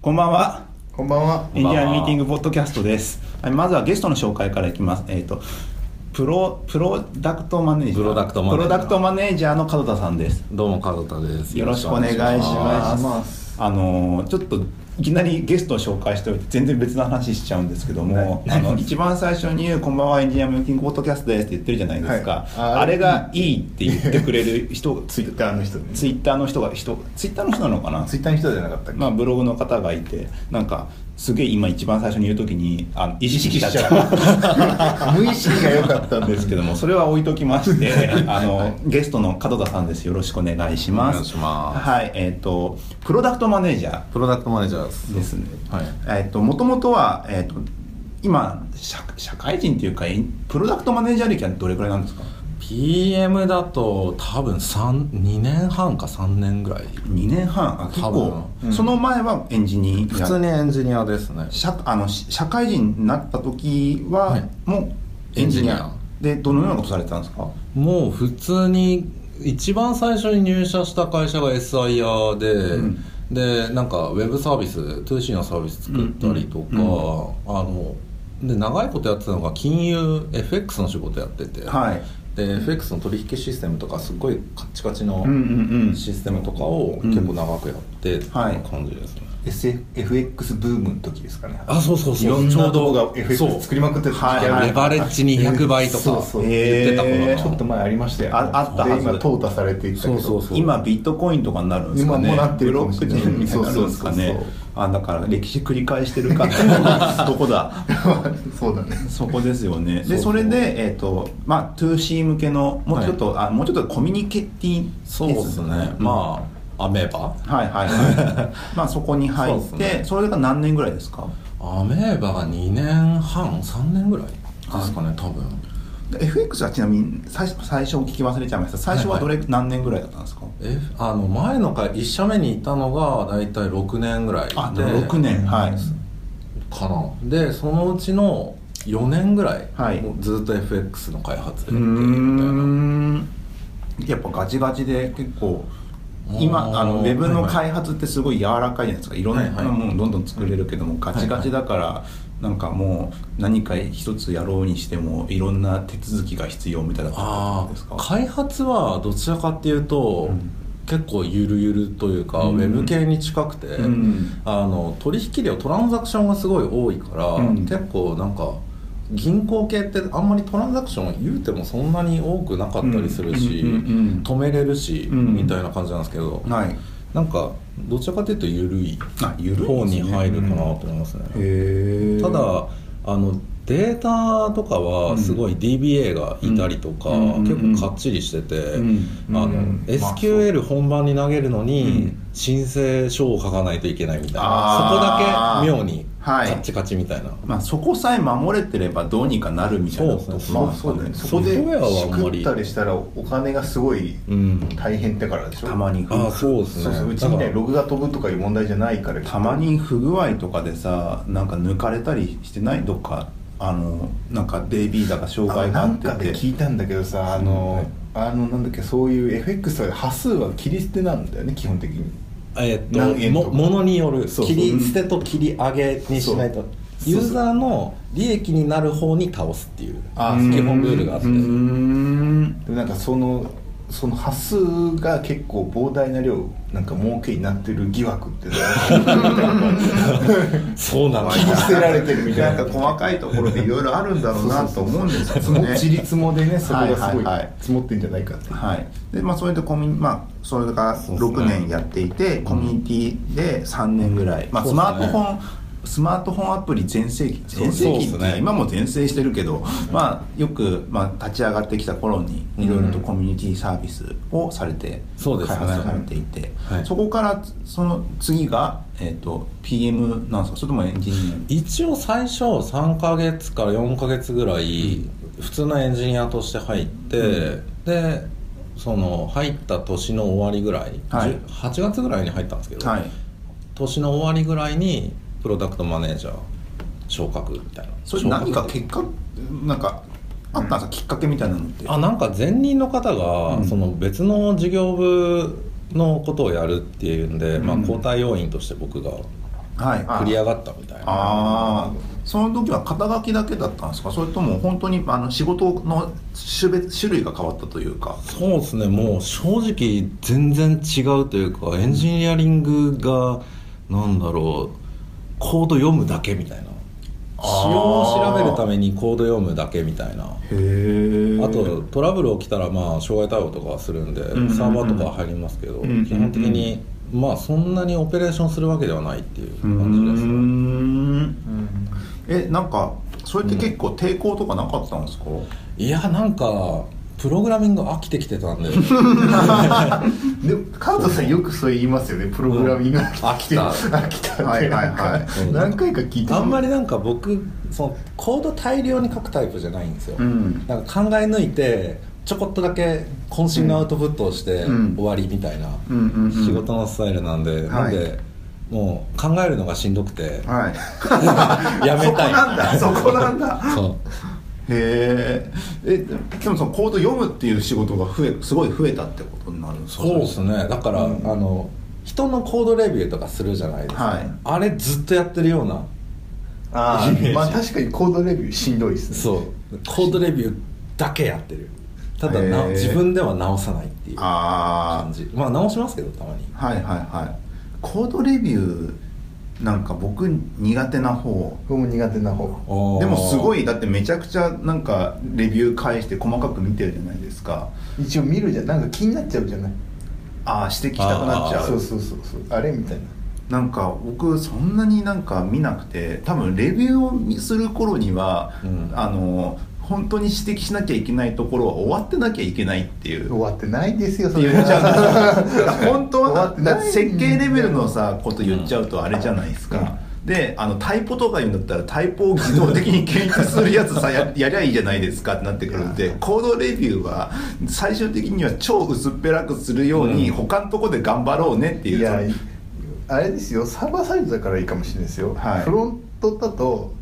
こんばんは。こんばんは。エンジニアミーティングポッドキャストです。はい、まずはゲストの紹介からいきます。えっ、と、プロ、プロダクトマネージャー。プロダクトマネープジャーロダクトマネージャーの門田さんです。どうも門田ですよろしくお願いします。お願いしますあのーちょっといきなりゲストを紹介しておいて全然別の話しちゃうんですけども、あの一番最初に「こんばんはエンジニアミーティングポッドキャストです」って言ってるじゃないですか、はいあああれがいいって言ってくれる人ツイッターの人ねツイッターの人が人ツイッターの人なのかなツイッターの人じゃなかったっけ、まあ、ブログの方がいてなんかすげえ今一番最初に言う時にあの意識しちゃった 無意識が良かったんんでですけどもそれは置いときまして あのゲストの門田さんですよろしくお願いしますお願いしますはいえっ、とプロダクトマネージャプロダクトマネージャーですーですねはいえっともともとは、えっと今社社会人っていうかえんプロダクトマネージャー歴はどれくらいなんですか PM だと多分三2年半か3年ぐらい2年半あ結構、多分その前はエンジニア普通にエンジニアですね社あのし社会人になった時は、はいもうエンジニエンジニアアでどのようなことされてたんですか、もう普通に一番最初に入社した会社が SIR で、んでなんかウェブサービス 2C のサービス作ったりとか、うんうんあので長いことやってたのが金融 FX の仕事やってて、はいで FX の取引システムとかすっごいカッチカチうんのうんうんシステムとかを結構長くやってっていう感じですね、す SFX ブームの時ですかねあそうそういそろうんちょなう動画をど FX 作りまくってた時期あるはいレバレッジ200倍とかそうそう言ってた頃のへーちょっと前ありましたよああったはでず今淘汰されていったけどそうそうそう今ビットコインとかになるんですかね今もうなってるブかロッもしれクチないェーンみたいになるんですかそうねそうそうあだから歴史繰り返してるかって とこだそうだねそこですよねでそうそそうれで、えーとまあ、2C 向けのもうちょっと、あもうちょっとコミュニケティそうですねまあアメーバあはいはいはいまあそこに入ってそそ,、うですねれが何年ぐらいですかアメーバが2年半3年ぐらいですかね多分 FX はちなみに最初最初聞き忘れちゃいました最初はどれ、何年ぐらいだったんですかえあの前の回1社目にいたのが大体6年ぐらいであでも6年はいかなでそのうちの4年ぐらい、はいもうずっと FX の開発でうーんやっぱガチガチで結構あ今ーあのウェブのはいは開発ってすごい柔らかいじゃないですかいろんはいはないものどんどん作れるけどもガチガチだからなんかもう何か一つやろうにしてもいろんな手続きが必要みたいなあことですあか開発はどちらかっていうと、うん結構ゆるゆるというか、うんウェブ系に近くて、うんあの取引量トランザクションがすごい多いから、うん結構なんか銀行系ってあんまりトランザクション言うてもそんなに多くなかったりするし、うんうんうんうん止めれるし、うんみたいな感じなんですけど、はいなんかどちらかというとゆるいあ緩いですね方に入るかなと思いますね。へただあのデータとかはすごい DBA がいたりとか、うんうん結構かっちりしてて、んあのうんまあ SQL 本番に投げるのに、うん申請書を書かないといけないみたいあーなそこだけ妙にカはいッチカチみたいな、まあそこさえ守れてればどうにかなるみたいなことそうまあそうだよねそこでソフトウェアはあんま作りったりしたらお金がすごいうん大変だからでしょたまに不具合あそうですねそうそううちみたいにログが飛ぶとかいう問題じゃないからたまに不具合とかでさなんか抜かれたりしてないどっかあのなんか DB だか障害があなんってかてで聞いたんだけどさあの、あのなんだっけそういう FX とかで端数は切り捨てなんだよね基本的にえっと何円とかもものによるそう切り捨てと切り上げにしないとユーザーの利益になる方に倒すっていうあ基本ルールがあってうーんでもなんかそのその端数が結構膨大な量なんか儲けになってる疑惑 っていうのがそうな の切り捨てられてるみたないんなか細かいところでい ろいろあるんだろうなと思うんですけ積ど もねちり積もでねそこがすごいはいはいはい積もってんじゃないかってはい、でまあそれでコミュニまあそれがそうですね6年やっていて、コミュニティで3年ぐらい、まあ、そスうでマすねートフォン、スマートフォンアプリ全盛期そう全盛期っていそううかですね今も全盛してるけど、まあ、よく、まあ、立ち上がってきた頃にいろいろとコミュニティサービスをされて、そうです開ね発されていて、はいそこからその次が、えー、と PM なんですかそれともエンジニ一応最初3ヶ月から4ヶ月ぐらい普通のエンジニアとして入って、でその入った年の終わりぐらい、はいじゅ8月ぐらいに入ったんですけア、ど、はい、年の終わりぐらいにプロダクトマネージャー昇格みたいなそれ昇格何か結果なんかあったんですか、きっかけみたいなのって。あなんか前任の方が、うんその別の事業部のことをやるっていうんで、まあ、うん交代要員として僕がはい繰り上がったみたいなああその時は肩書きだけだったんですかそれとも本当にあの仕事の種別種類が変わったというかそうですねもう正直全然違うというかエンジニアリングがなんだろうコード読むだけみたいなあー仕様を調べるためにコード読むだけみたいなへえあとトラブル起きたらまあ障害対応とかはするんでんうんうんサーバーとかは入りますけどんうんうん基本的にまあそんなにオペレーションするわけではないっていううー感じですねんえなんかそれって結構抵抗とかなかったんですか、いやなんかプログラミング飽きてきてたんで でも関東さんよくそれ言いますよねプログラミングが飽きてうん飽きたってはいはいなんはかいう ん何回か聞いてあんまりなんか僕そのコード大量に書くタイプじゃないんですよ、んなんか考え抜いてちょこっとだけ渾身のアウトプットをしてうん終わりみたいなうんうんうん仕事のスタイルなんで、なんでもう考えるのがしんどくてはい やめた いそこなんだそこなんだそうへーえでもそのコード読むっていう仕事が増えすごい増えたってことになるんですかそうですねだから、あの人のコードレビューとかするじゃないですか、はいあれずっとやってるようなあイメーージまあ確かにコードレビューしんどいですねそうコードレビューだけやってるただなへー自分では直さないっていうああ感じまあ直しますけどたまにはいはいはいコードレビューなんか僕苦手な方僕も苦手な方でもすごいいだってめちゃくちゃなんかレビュー返して細かく見てるじゃないですか一応見るじゃんなんか気になっちゃうじゃないああ指摘したくなっちゃあうそうそうそうそうあれみたいななんか僕そんなになんか見なくて多分レビューをする頃には、うんあの本当に指摘しなきゃいけないところは終わってなきゃいけないっていう終わってないですよそってれ言っちゃうんですよ だから本当終わはってないだって設計レベルのさこと言っちゃうとあれじゃないですか、であのタイポとか言うんだったらタイポを自動的に検出するやつさややりゃいいじゃないですかってなってくるんでコードレビューは最終的には超薄っぺらくするように、うん他のとこで頑張ろうねっていういやそのあれですよサーバーサイドだからいいかもしれないですよ、はいフロントだと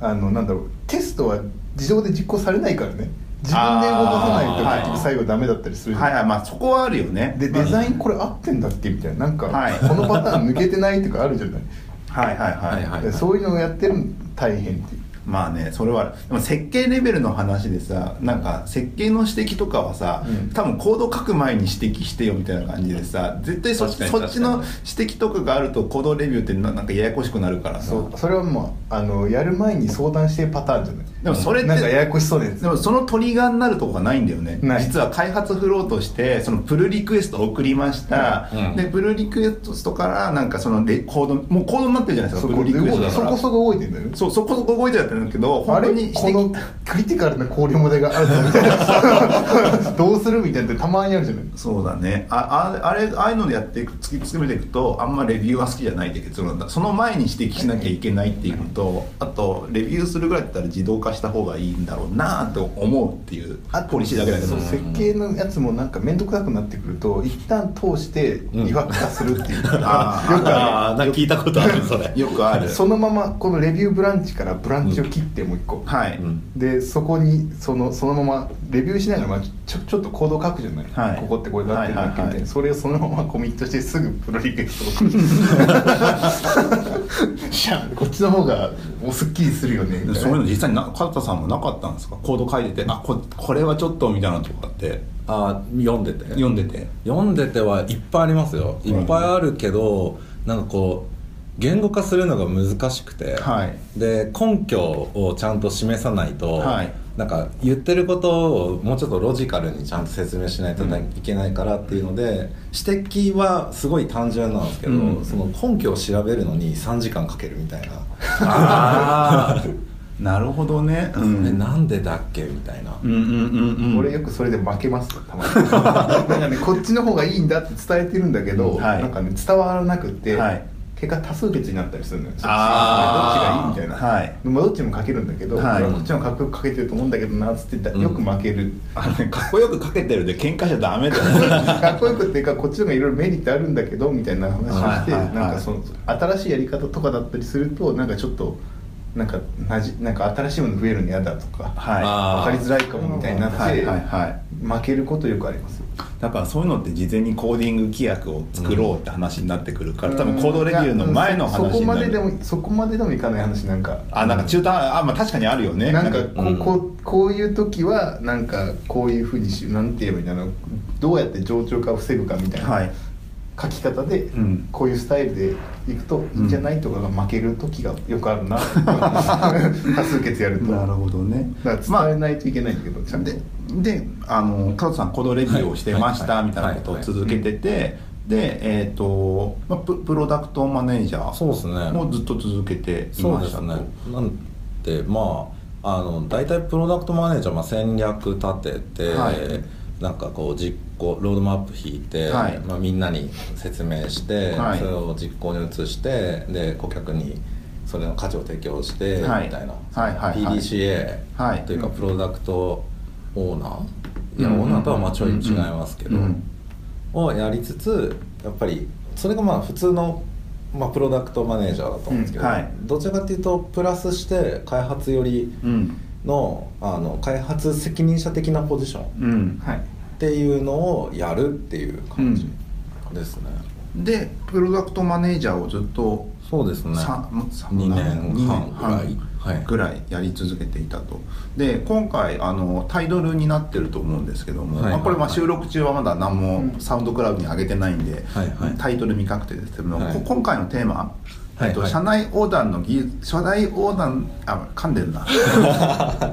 あのなんだろうテストは自動で実行されないからね自分で動かさないとあー結局最後ダメだったりする、はいはいまあそこはあるよねでデザインこれ合ってんだっけみたいななんか、はいこのパターン抜けてないとかあるじゃないはいはいはい、はいはいでそういうのをやってるの大変っていうまあねそれはでも設計レベルの話でさなんか設計の指摘とかはさ、うん多分コード書く前に指摘してよみたいな感じでさ絶対そ確かにそっちの指摘とかがあるとコードレビューってななんかややこしくなるからさそうそれはもうあのやる前に相談してるパターンじゃないでもそれってなんかややこしそうなやつでもそのトリガーになるとこがないんだよねない実は開発フローとしてそのプルリクエストを送りました、うんでプルリクエストからなんかそのレコードもうコードになってるじゃないですそかこプルリクエストだそからこそこ動いてんだよねそうそこそこ動いちゃってるんだけどあ本当れにに指こ摘のクリティカルな氷モデがあるぞみたいなどうするみたいなってたまにあるじゃないそうだねあああれああいうのでやっていく突き詰めていくとあんまレビューは好きじゃないって結論だその前に指摘しなきゃいけないっていうのとあとレビューするぐらいだったら自動化した方がいいんだろうなと思うっていうポリシーだけだけどそう設計のやつもなんか面倒くさくなってくると一旦通して違和化するっていう、あー よくあああ聞いたことあるそれ よくあるるそのままこのレビューブランチからブランチを切ってもう一個、はい、うんでそこにそのそのままレビューしながら、まあ、ちょちょっとコード書くじゃない、はいここってこれだってなってはいはいはいそれをそのままコミットしてすぐプロリクエストを送る じゃあこっちの方がもうすっきりするよねみたいそういうなの実際にな勝田さんもなかったんですかコード書いててあここれはちょっとみたいなのとかってあー読んでて読んでて読んでてはいっぱいありますよいっぱいあるけど、なんかこう言語化するのが難しくて、はいで根拠をちゃんと示さないと、はいなんか言ってることをもうちょっとロジカルにちゃんと説明しないといけないからっていうので、指摘はすごい単純なんですけど、うんその根拠を調べるのに3時間かけるみたいな、ああ なるほどねうんえなんでだっけみたいな、うんうんうんうん俺よくそれで負けますた まになんかねこっちの方がいいんだって伝えてるんだけど、うんはいなんかね伝わらなくて、はい結果多数決になったりするのよあーどっちがいいみたいな、はいまあどっちもかけるんだけど、はい俺はこっちもかけかけてると思うんだけどなっつってだうんよく負ける、あのねかっこよく書けてるで喧嘩しちゃダメだ よかっこよくっていうかこっちの方がいろいろメリットあるんだけどみたいな話をして、はいはいはいなんかその新しいやり方とかだったりするとなんかちょっとなんかなじなんか新しいもの増えるの嫌だとか、はいあー分かりづらいかもみたいになって、はいはいはい負けることよくありますだからそういうのって事前にコーディング規約を作ろうって話になってくるから、多分うんコードレビューの前のいやうんそ話そこにまなでるでもそこまででもいかない話なんかあなんか中途半端あ、まあ、確かにあるよねなんなかんかこ,、ううんこうこういう時はなんかこういうふうにしなんて言えばいいんだろうどうやって冗長化を防ぐかみたいな、はい書き方で、うんこういうスタイルでいくといいんじゃないとかが負ける時がよくあるな 多数決やるとなるほどねだから伝えないといけないんだけど、ちゃんとでであの加藤さんコードレビューをしてました、はいみたいなことはをい続けてて、でえっ、と、まあ、ププロダクトマネージャそうですねーもずっと続けていそうまでしすたねと。なんでまああの大体プロダクトマネージャー、まあ、戦略立てて、はいなんかこう実行ロードマップ引いて、はいまあ、みんなに説明して、はいそれを実行に移してで顧客にそれの価値を提供して、はいみたいな、はいはいはい PDCA、はいというかプロダクトオーナー、いやうんオーナーとはまあちょい違いますけど、うんをやりつつやっぱりそれがまあ普通の、まあ、プロダクトマネージャーだと思うんですけど、うんはいどちらかというとプラスして開発よりうんのあの開発責任者的なポジションっうんはいていうのをやるっていう感じですね、でプロダクトマネージャーをずっとそうですねさもうさ2年な半ぐらい二年半はいぐらいやり続けていたとで今回あのタイトルになってると思うんですけども、はいまあ、これまあはい収録中はまだ何うんもサウンドクラウドに上げてないんで、はいはいタイトル未確定ですけども、はいこ今回のテーマ、はいえっとはい社内横断の技術社内横断あ噛んでる な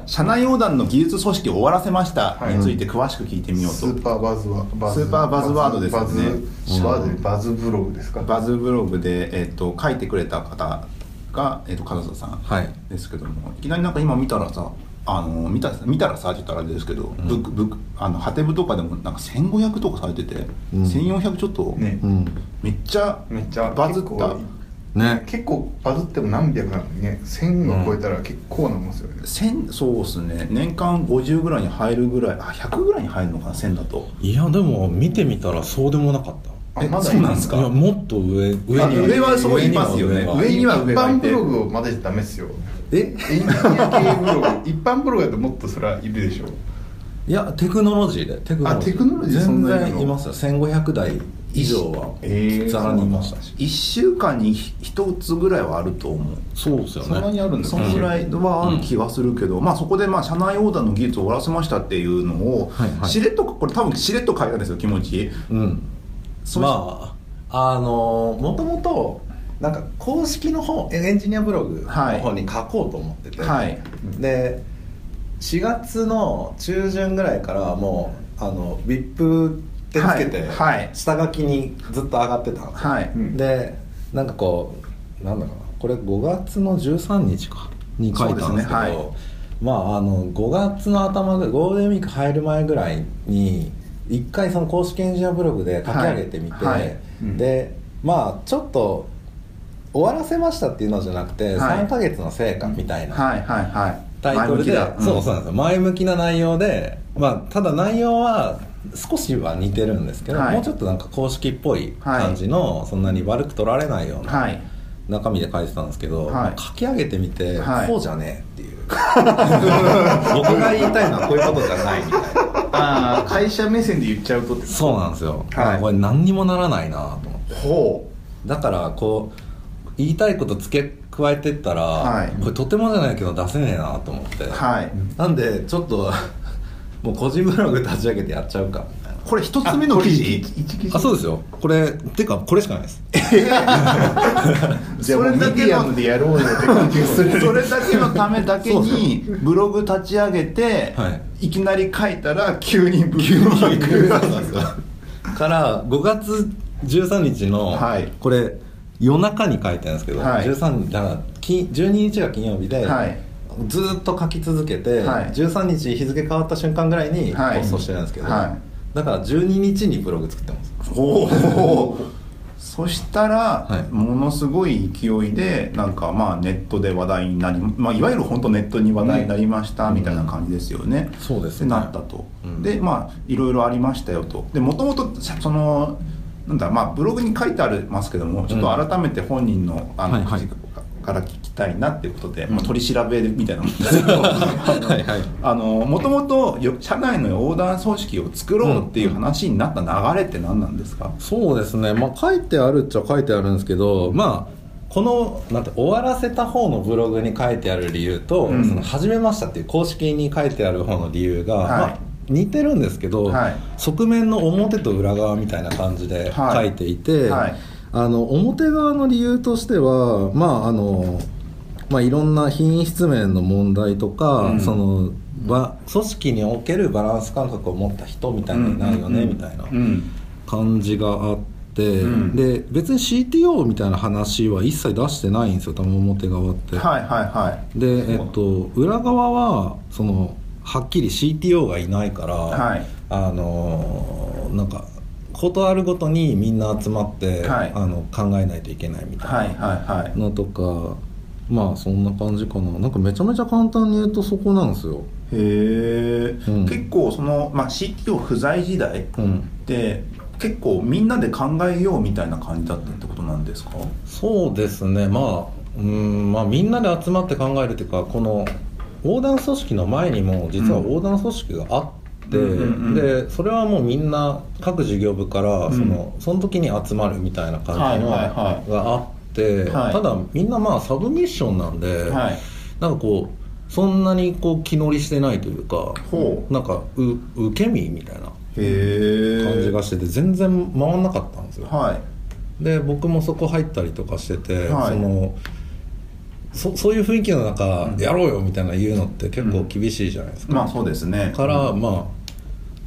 社内横断の技術組織を終わらせましたについて詳しく聞いてみようスと、ーパーバズワバスーパーバズワードですよねバズバズバズブログですかバズブログで、えっと書いてくれた方が、えっと金沢さんはいですけどもいきなりなんか今見たらさあの見た見たらさって言ったらあれですけど、ブックブックあのハテブとかでもなんか1500とかされてて、うん1400ちょっと、ねうんめっちゃめっちゃバズっ結た構ね結構バズっても何百なのにね1000を超えたら結構なもんですよね、 1000そうですね年間50ぐらいに入るぐらいあ100ぐらいに入るのかな1000だといやでも見てみたらそうでもなかったあまだそうなんですいやかもっと上上にあ上はそういますよね上には上には上が一い般てブログをまだじゃダメですよえエンジニア系ブ ログ一般ブログだともっとそれはいるでしょいやテクノロジーでテクノロジーあテクノロジーそん全なにいるの然いますよ1500台以上はえーざらにいました1週間に1つぐらいはあると思うそうですよねそんなにあるんですそかのぐらいはある気がするけど、まあそこでまあ社内オーダーの技術を終わらせましたっていうのを、はいはいしれっとこれ多分しれっと書いたんですよ気持ちうんそうまああのもともとなんか公式の方エンジニアブログのはい方に書こうと思ってて、はいで4月の中旬ぐらいからもうあの VIP ってつけて、はいはい下書きにずっと上がってたんですよはい、うんでなんかこうなんだろうなこれ5月の13日かに書いたんですけどそうですねはまああの5月の頭ぐらいゴールデンウィーク入る前ぐらいに一回その公式エンジニアブログで書き上げてみて、はいはいうんでまあちょっと終わらせましたっていうのじゃなくて、はい3ヶ月の成果みたいなはいはいはいタイトルで、前向きだそうそうなんですよ前向きな内容で、まあ、ただ内容は少しは似てるんですけど、はいもうちょっとなんか公式っぽい感じの、そんなに悪く取られないようなはい中身で書いてたんですけど、はい書き上げてみて、はいこうじゃねえっていう僕が言いたいのはこういうことじゃないみた いなああ会社目線で言っちゃうとってそうなんですよ、はいまあこれ何にもならないなと思ってほだからこう言いたいこと付け加えてったら、はいこれとてもじゃないけど出せねえなと思ってうはいなんでちょっともう個人ブログ立ち上げてやっちゃうかみたいなこれ一つ目の記事一記あ事そうですよこれてかこれしかないですじゃあそもうれミデだけィアのムでやろうよって感じがすそ れるだけのためだけにブログ立ち上げて、、はいきなり書いたら急に急にから5月13日の、はいこれ夜中に書いてるんですけど、はい13日だから金12日が金曜日で、はいずーっと書き続けて、はい13日日付変わった瞬間ぐらいにはい放送してるんですけど、はだから12日にブログ作ってますおおそしたら、はいものすごい勢いでなんかまあネットで話題になり、まあ、いわゆる本当ネットに話題になりました、みたいな感じですよね。そうですってねなったと、うんでまあいろいろありましたよとでもともとそのなんだまあブログに書いてありますけどもちょっと改めて本人のあの、はいはい口から聞きたいなっていうことで、まあ、取り調べみたいなもんですけど はいはいあのもともとよ社内の横断組織を作ろうっていう話になった流れって何なんですか、そうですね、まあ、書いてあるっちゃ書いてあるんですけど、まあ、このなんて終わらせた方のブログに書いてある理由と「うんその始めました」っていう公式に書いてある方の理由が、はいまあ、似てるんですけど、はい側面の表と裏側みたいな感じではい書いていて、はいあの表側の理由としては、まああのまあ、いろんな品質面の問題とか、うんそのば組織におけるバランス感覚を持った人みたいなのいないよね、みたいな。うん感じがあって、うんで別に CTO みたいな話は一切出してないんですよ多分表側って、はいはいはいで、えっと、裏側はそのはっきり CTO がいないから、はいあのーなんか事あるごとにみんな集まって、はいあの考えないといけないみたいなはいはいはいのとかまあそんな感じかななんかめちゃめちゃ簡単に言うとそこなんですよへえ、うん結構その、まあ、CTO 不在時代っうんて結構みんなで考えようみたいな感じだったってことなんですかそうですねまあうんまあみんなで集まって考えるっていうかこの横断組織の前にも実はうん横断組織があって、うんうんうんでそれはもうみんな各事業部からその,、その時に集まるみたいな感じの、はいはいはいがあって、はいただみんなまあサブミッションなんで、はいなんかこうそんなにこう気乗りしてないというかほうなんかう受け身みたいなへえ感じがしてて全然回んなかったんですよ。はいで僕もそこ入ったりとかしてて、はいそのそそういう雰囲気の中、やろうよみたいな言うのって結構厳しいじゃないですか、まあそうですねからまあ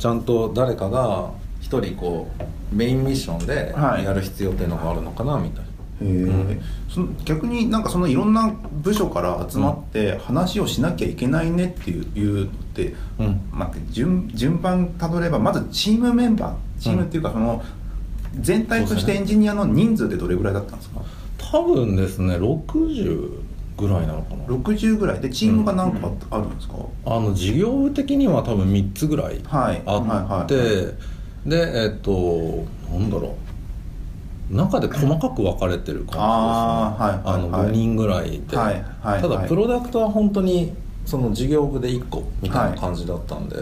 ちゃんと誰かが一人こうメインミッションではいやる必要っていうのがあるのかなみたいな、へえその逆になんかそのいろんな部署から集まって話をしなきゃいけないねっていういうのって、うんまあ、順順番たどればまずチームメンバーチームっていうかその全体としてエンジニアの人数ってどれぐらいだったんですか多分ですね60ぐらいなのかな60ぐらいでチームが何個あったあるんですか、あの事業部的には多分3つぐらいはいあって、はいはでえっとなんだろう中で細かく分かれてる感じですねあーはいあのはい5人ぐらいいて、はいはいただはいプロダクトは本当にその事業部で1個みたいな感じだったんで、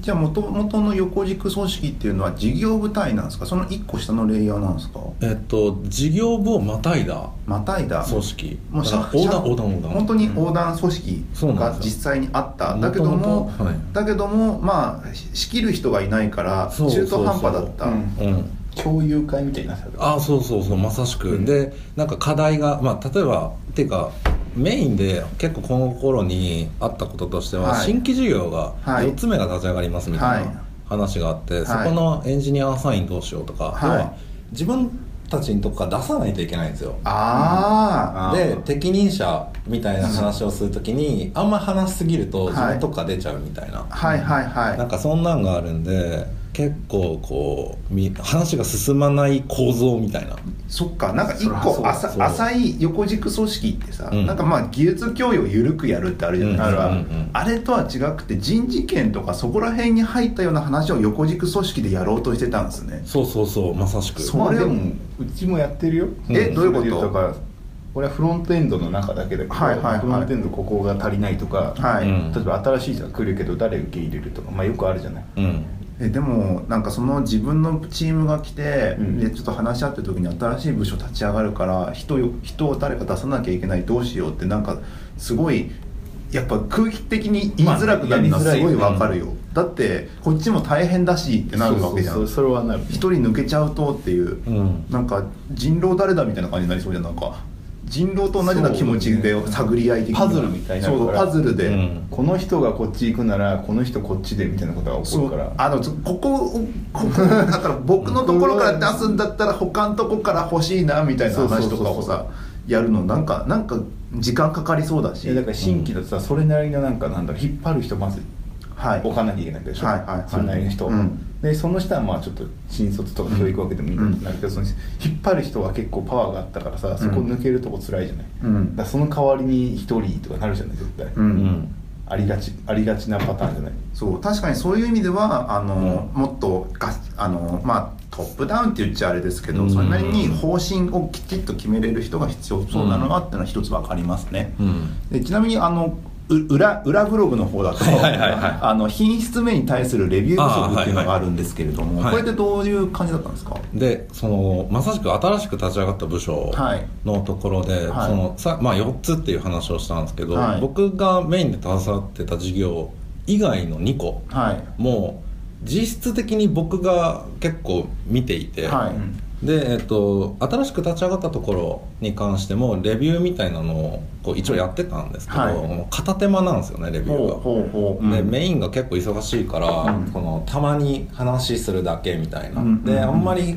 じゃあ元々の横軸組織っていうのは事業部隊なんですかその1個下のレイヤーなんですかえっと事業部をまたいだまたいだ組織もうだから横断横断横断本当に横断組織そうなんがですよ実際にあっただけども元々はいだけどもまあし仕切る人がいないからそう中途半端だったそうそううんうん共有会みたいになってたあそうそうそうまさしく、うんでなんか課題が、まあ、例えばっていうかメインで結構この頃にあったこととしては、はい新規事業がはい4つ目が立ち上がりますみたいはない話があって、いそこのエンジニアアサインどうしようとか、はい要は自分たちのとこから出さないといけないんですよああで適任者みたいな話をするときにあんま話しすぎると自分とこから出ちゃうみたいな、はいはいなんはかそんなんがあるんで結構こうみ話が進まない構造みたいないそっかなんか一そ個ら浅そう浅い横軸組織ってさうんなんかまあ技術供与を緩くやるってあるじゃないですうんうかんうんうんあれとは違くて人事権とかそこら辺に入ったような話を横軸組織でやろうとしてたんですねそうそうそうまさしくそまあれでもうちもやってるよえどういうことそれで言だから俺はフロントエンドの中だけだけど、はいはいはいフロントエンドここが足りないとか、はいうん例えば新しい人が来るけど誰受け入れるとか、まあ、よくあるじゃないうんえでもなんかその自分のチームが来て、うんでちょっと話し合ってる時に新しい部署立ち上がるから人よ人を誰か出さなきゃいけないどうしようってなんかすごいやっぱ空気的に言いづらくなるのはまあすやりづごらいいわかるよ、だってこっちも大変だしってなるわけじゃそんうそうそうそれはなる一人抜けちゃうとっていう、うんなんか人狼誰だみたいな感じになりそうじゃんなんか人狼と同じような気持ちでそうね探り合い的パズルみたいになるそうからパズルで、うんこの人がこっち行くならこの人こっちでみたいなことが起そこうるからあのちょここをここだから僕のところから出すんだったら他のとこから欲しいなみたいな話とかをそうそうそうさやるのなんかなんか時間かかりそうだいしやだから新規だとさ、それなりのなんかなんだろう引っ張る人まずはい置かなきゃいけないでしょ、はいはいはいそれなりの人、うんでその下はまあちょっと新卒とか教育わけでもいいんだけど、その引っ張る人は結構パワーがあったからさそこ抜けるとこ辛いじゃない、うんだからその代わりに一人とかなるじゃない絶対、うんうんありがちありがちなパターンじゃないそう確かにそういう意味ではあの、もっとがあの、まあ、トップダウンって言っちゃあれですけど、うんそれなりに方針をきちっと決めれる人が必要そうなのはっていうのは一つ分かりますね、うんでちなみにあのう裏裏ブログの方だと、はいはいはいはいあの品質面に対するレビュー不足っていうのがあるんですけれども、あーはいはいこれってどういう感じだったんですか、でそのまさしく新しく立ち上がった部署はいのところで、はいそのさまあ、4つっていう話をしたんですけど、はい僕がメインで携わってた事業以外の2個はいも実質的に僕が結構見ていて、はい、で、えっと、新しく立ち上がったところに関してもレビューみたいなのをこう一応やってたんですけど、はいもう片手間なんですよねレビューが。ほうほうでうんメインが結構忙しいから、うんこのたまに話するだけみたいな、うんでうんあんまり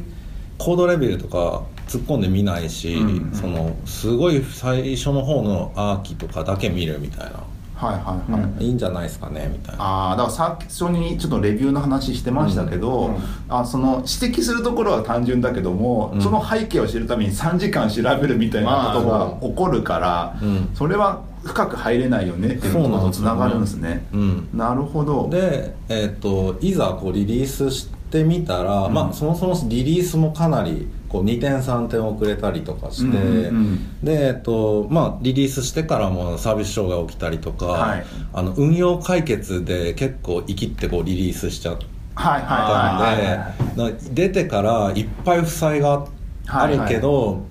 コードレビューとか突っ込んで見ないし、うんそのすごい最初の方のアーキとかだけ見るみたいな、はいはいはい、いいんじゃないですかねみたいなああだからさっき初にちょっとレビューの話してましたけど、うんうんあその指摘するところは単純だけども、うんその背景を知るために3時間調べるみたいなことが起こるから、うんそれは深く入れないよねっていうこととつながるんですね。うんなるほど。で、えっといざこうリリースしてみたら、うんまあ、そもそもリリースもかなりこう2点3点遅れたりとかして、うんうんで、えっとまあ、リリースしてからもサービス障害起きたりとか、はいあの運用解決で結構生きってこうリリースしちゃっはいたはいはいはいんで、な出てからいっぱい負債があるけど、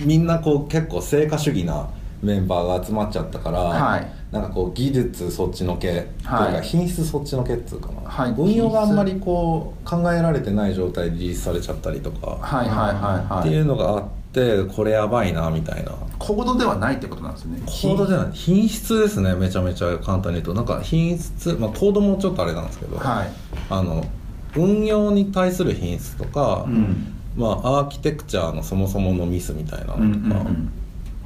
みんなこう結構成果主義なメンバーが集まっちゃったから、はいなんかこう技術そっちのけ、はいというか品質そっちのけっつうかな、はい運用があんまりこう考えられてない状態でリリースされちゃったりとか、はいはいはいっはていいうのがあってこれやばいなみたいな。コードではないってことなんですね。コードじゃない品質ですねめちゃめちゃ簡単に言うとなんか品質、まあ、コードもちょっとあれなんですけど、はい。あの運用に対する品質とか、うん。まあ、アーキテクチャのそもそものミスみたいなのとか、うんうんうん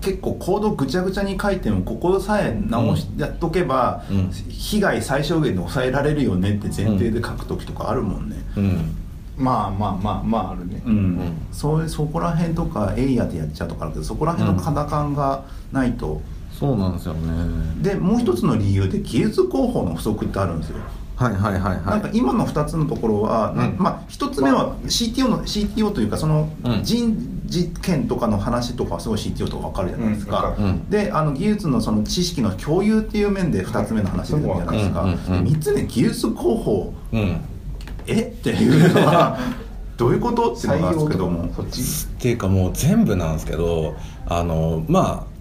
結構コードぐちゃぐちゃに書いてもここさえ直し、やっとけば、うん被害最小限で抑えられるよねって前提で書く時とかあるもんね、うんまあまあまあまああるねうんそうそこら辺とかエイヤーでやっちゃうとかあるけどそこら辺の肌感がないと、そうなんですよねでもう一つの理由で技術広報の不足ってあるんですよ、はいはいはいはないんか今の2つのところは、うんまあ、1つ目は CTO の CTO というかそのうん人事権とかの話とかはすごい CTO とか分かるじゃないですか、うんうんであの技術のその知識の共有っていう面で2つ目の話出てるじゃないですか、うんうんうん3つ目技術広報うんえっていうのはどういうことっていうの採があるんで用すけどもとかそっちっていうかもう全部なんですけどあのまあ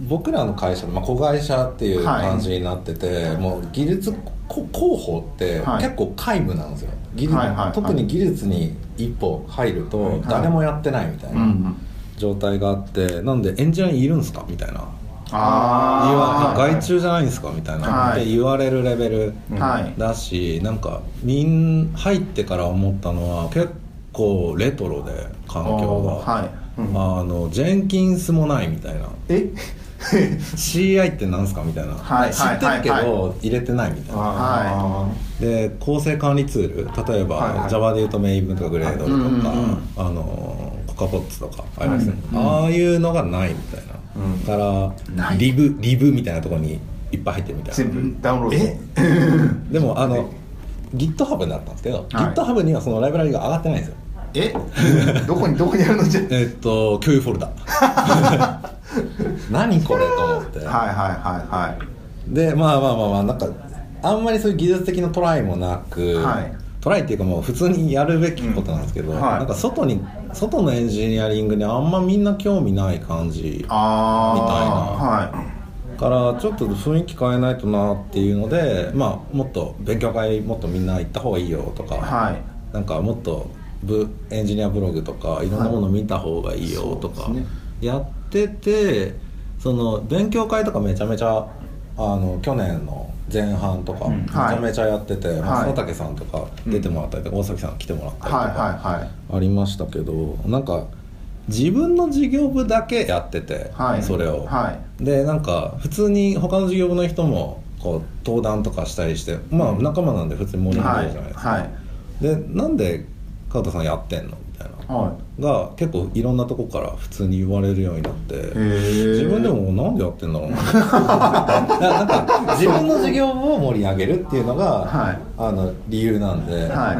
僕らの会社、まあ、子会社っていうはい感じになってて、もう技術こ広報ってはい結構皆無なんですよ、技術はいはいはい特に技術に一歩入ると誰もやってないみたいうんうなん状態があってなんでエンジニアいるんですかみたいな言わあー外注じゃないんですかみたいな、はいって言われるレベルはいだし、なんかみん入ってから思ったのは結構レトロで環境が、あーはいあのジェンキンスもないみ たいなえ CI ってなんすかみたいな、はい知ってるけど、はいは入れてないみたいなあで構成管理ツール例えば、はいはい Java でいうとメイブとかグレードとか、うんうんうんあのコカポッツとかありますね、ああいうのがないみたいな、かならいリブリブみたいなところにいっぱい入ってるみたいなー全部ダウンロードえでもあの GitHub だったんですけど、はい GitHub にはそのライブラリが上がってないんですよえ どこにどこにあるのじゃえっと共有フォルダ 何これと思って はいはいはいはいでまあまあまあまあなんかあんまりそういう技術的なトライもなく、はいトライっていうかもう普通にやるべきことなんですけど、うんはいなんか外に外のエンジニアリングにあんまみんな興味ない感じああはいからちょっと雰囲気変えないとなっていうので、まあ、もっと勉強会もっとみんな行った方がいいよとか、はいなんかもっとブエンジニアブログとかいろんなもの見た方がいいよとかそうですやっててその勉強会とかめちゃめちゃあの去年の前半とかうんめちはいゃめちゃやってて、まはあい佐竹さんとか出てもらったりとか、大崎さん来てもらったりとはいかはいはいありましたけどなんか自分の事業部だけやってて、はいそれを。はでなんか普通に他の事業部の人もこう登壇とかしたりしてまあ仲間なんで普通にい盛り上がはるいじゃないですか、はいでなんで川田さんやってんのみたいなはが結構いろんなとこから普通に言われるようになっていへえ自分でもなんでやってんだろうな なんか自分の事業を盛り上げるっていうのが、はいあの理由なんで、は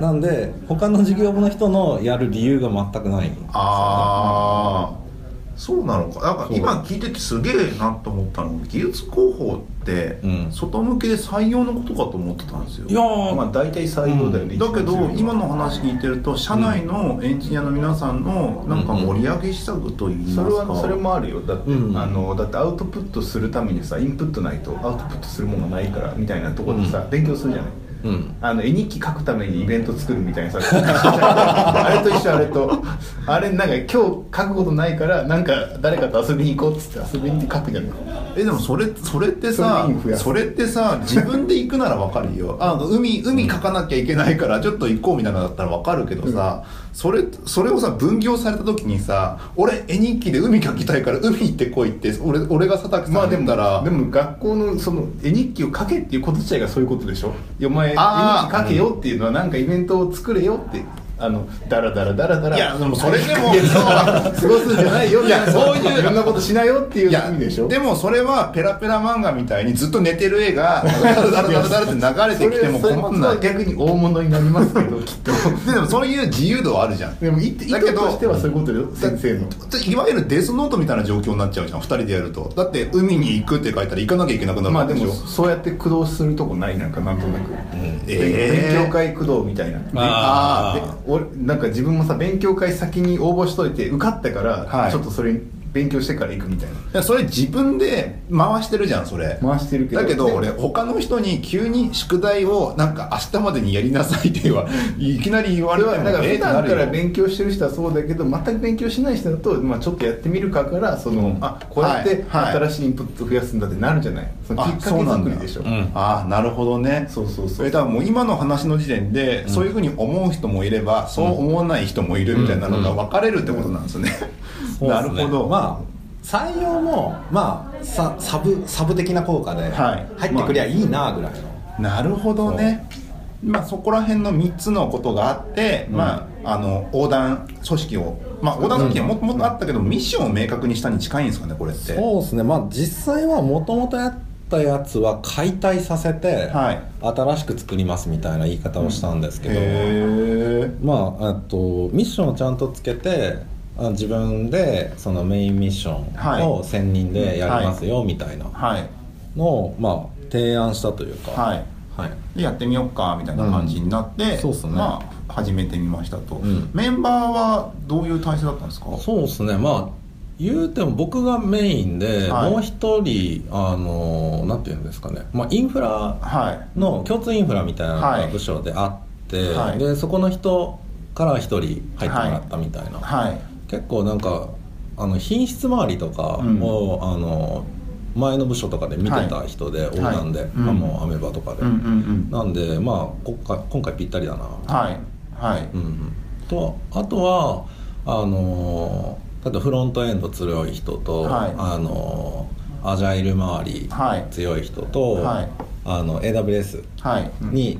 なんで他の事業部の人のやる理由が全くないああそうなのかなんか今聞いててすげえなと思ったのが技術広報ってうん外向けで採用のことかと思ってたんですよ、いやーまあ大体採用だよね、だけど今の話話聞いてると社内のエンジニアの皆さんのなんか盛り上げ施策といいますそか、れはそれもあるよだって、うんあのだってアウトプットするためにさインプットないとアウトプットするものがないからみたいなところでさ、うん勉強するじゃないうんあの絵日記書くためにイベント作るみたいなさ あれと一緒あれとあれなんか今日書くことないからなんか誰かと遊びに行こうっつって遊びに行って書くじゃないえでもそれそれってさそれに増やすそれってさ自分で行くならわかる よあ海海書かなきゃいけないからちょっと行こうみたいなのだったらわかるけどさ、それそれをさ分業された時にさ俺絵日記で海書きたいから海行ってこいって俺俺が佐竹まさあんでだっもたら、でも学校のその絵日記を書けっていうこと自体がそういうことでしょいやお前絵あ日記ー書けよっていうのはなんかイベントを作れよってあのダラダラダラダラいやでもそれでも いや過ごすんじゃないよいやそういういろんなことしないよっていうい意や味でしょでもそれはペラペラ漫画みたいにずっと寝てる絵 がダラダラダラダラダラって流れてきてもそれそれ困んないそれは逆に大物になりますけどきっとでもそういう自由度はあるじゃんでも意図意だけ図どとしてはそういうことよ先生のいわゆるデスノートみたいな状況になっちゃうじゃん2人でやるとだって海に行くって書いたら行かなきゃいけなくなるまわあけででしょ、もそうやって駆動するとこないなんかなんとなく、えー勉強会駆動みたいな、あーで俺なんか自分もさ勉強会先に応募しといて受かったから、はいちょっとそれ勉強してから行くみたいないやそれ自分で回してるじゃんそれ回してるけどだけどで俺他の人に急に宿題をなんか明日までにやりなさいっては いきなり言わあれれてもはだからえー普ってな段るかよら勉強してる人はそうだけど全く勉強しない人だと、まあ、ちょっとやってみるかからその、うんあこうやってはいはい新しいインプット増やすんだってなるじゃないそのきっかけ作りでしあょそそううなんだあーなるほどねそうそうえだからもう今の話の時点で、そういうふうに思う人もいればそう思わない人もいるみたいなのが分かれるってことなんですね、そ うでなするねほど、まあ採用もまあササブサブ的な効果ではい入ってくりゃいいなぐらいの、なるほどねまあそこら辺の3つのことがあって、まああの横断組織をまあ横断組織はもっともっとあったけど、ミッションを明確にしたに近いんですかねこれってそうですねまあ実際はもともとやったやつは解体させて、はい新しく作りますみたいな言い方をしたんですけど、へまあえっとミッションをちゃんとつけてあ自分でそのメインミッショはいンを専任でやりますよみたいなはいのを、まあ、提案したというかはいはい、でやってみようかみたいな感じになって、んそうっすねまあ始めてみましたと、んメンバーはどういう体制だったんですかそうですねまあ言うても僕がメインで、はいもう一人あのなんていうんですかね、まあ、インフラはいの共通インフラみたいなのはいが部署であって、はいでそこの人から一人入ってもらったみたいな、はい結構なんかあの品質周りとかを、あの前の部署とかで見てた人で、横断で、はいまあうんもうアメバとかで、うんうんうんなんでまあ今回今回ぴったりだなはいはいうんうん、とあとはあのー例えばフロントエンド強い人と、はいあのーアジャイル周りはい強い人と、はいあの AWS はいに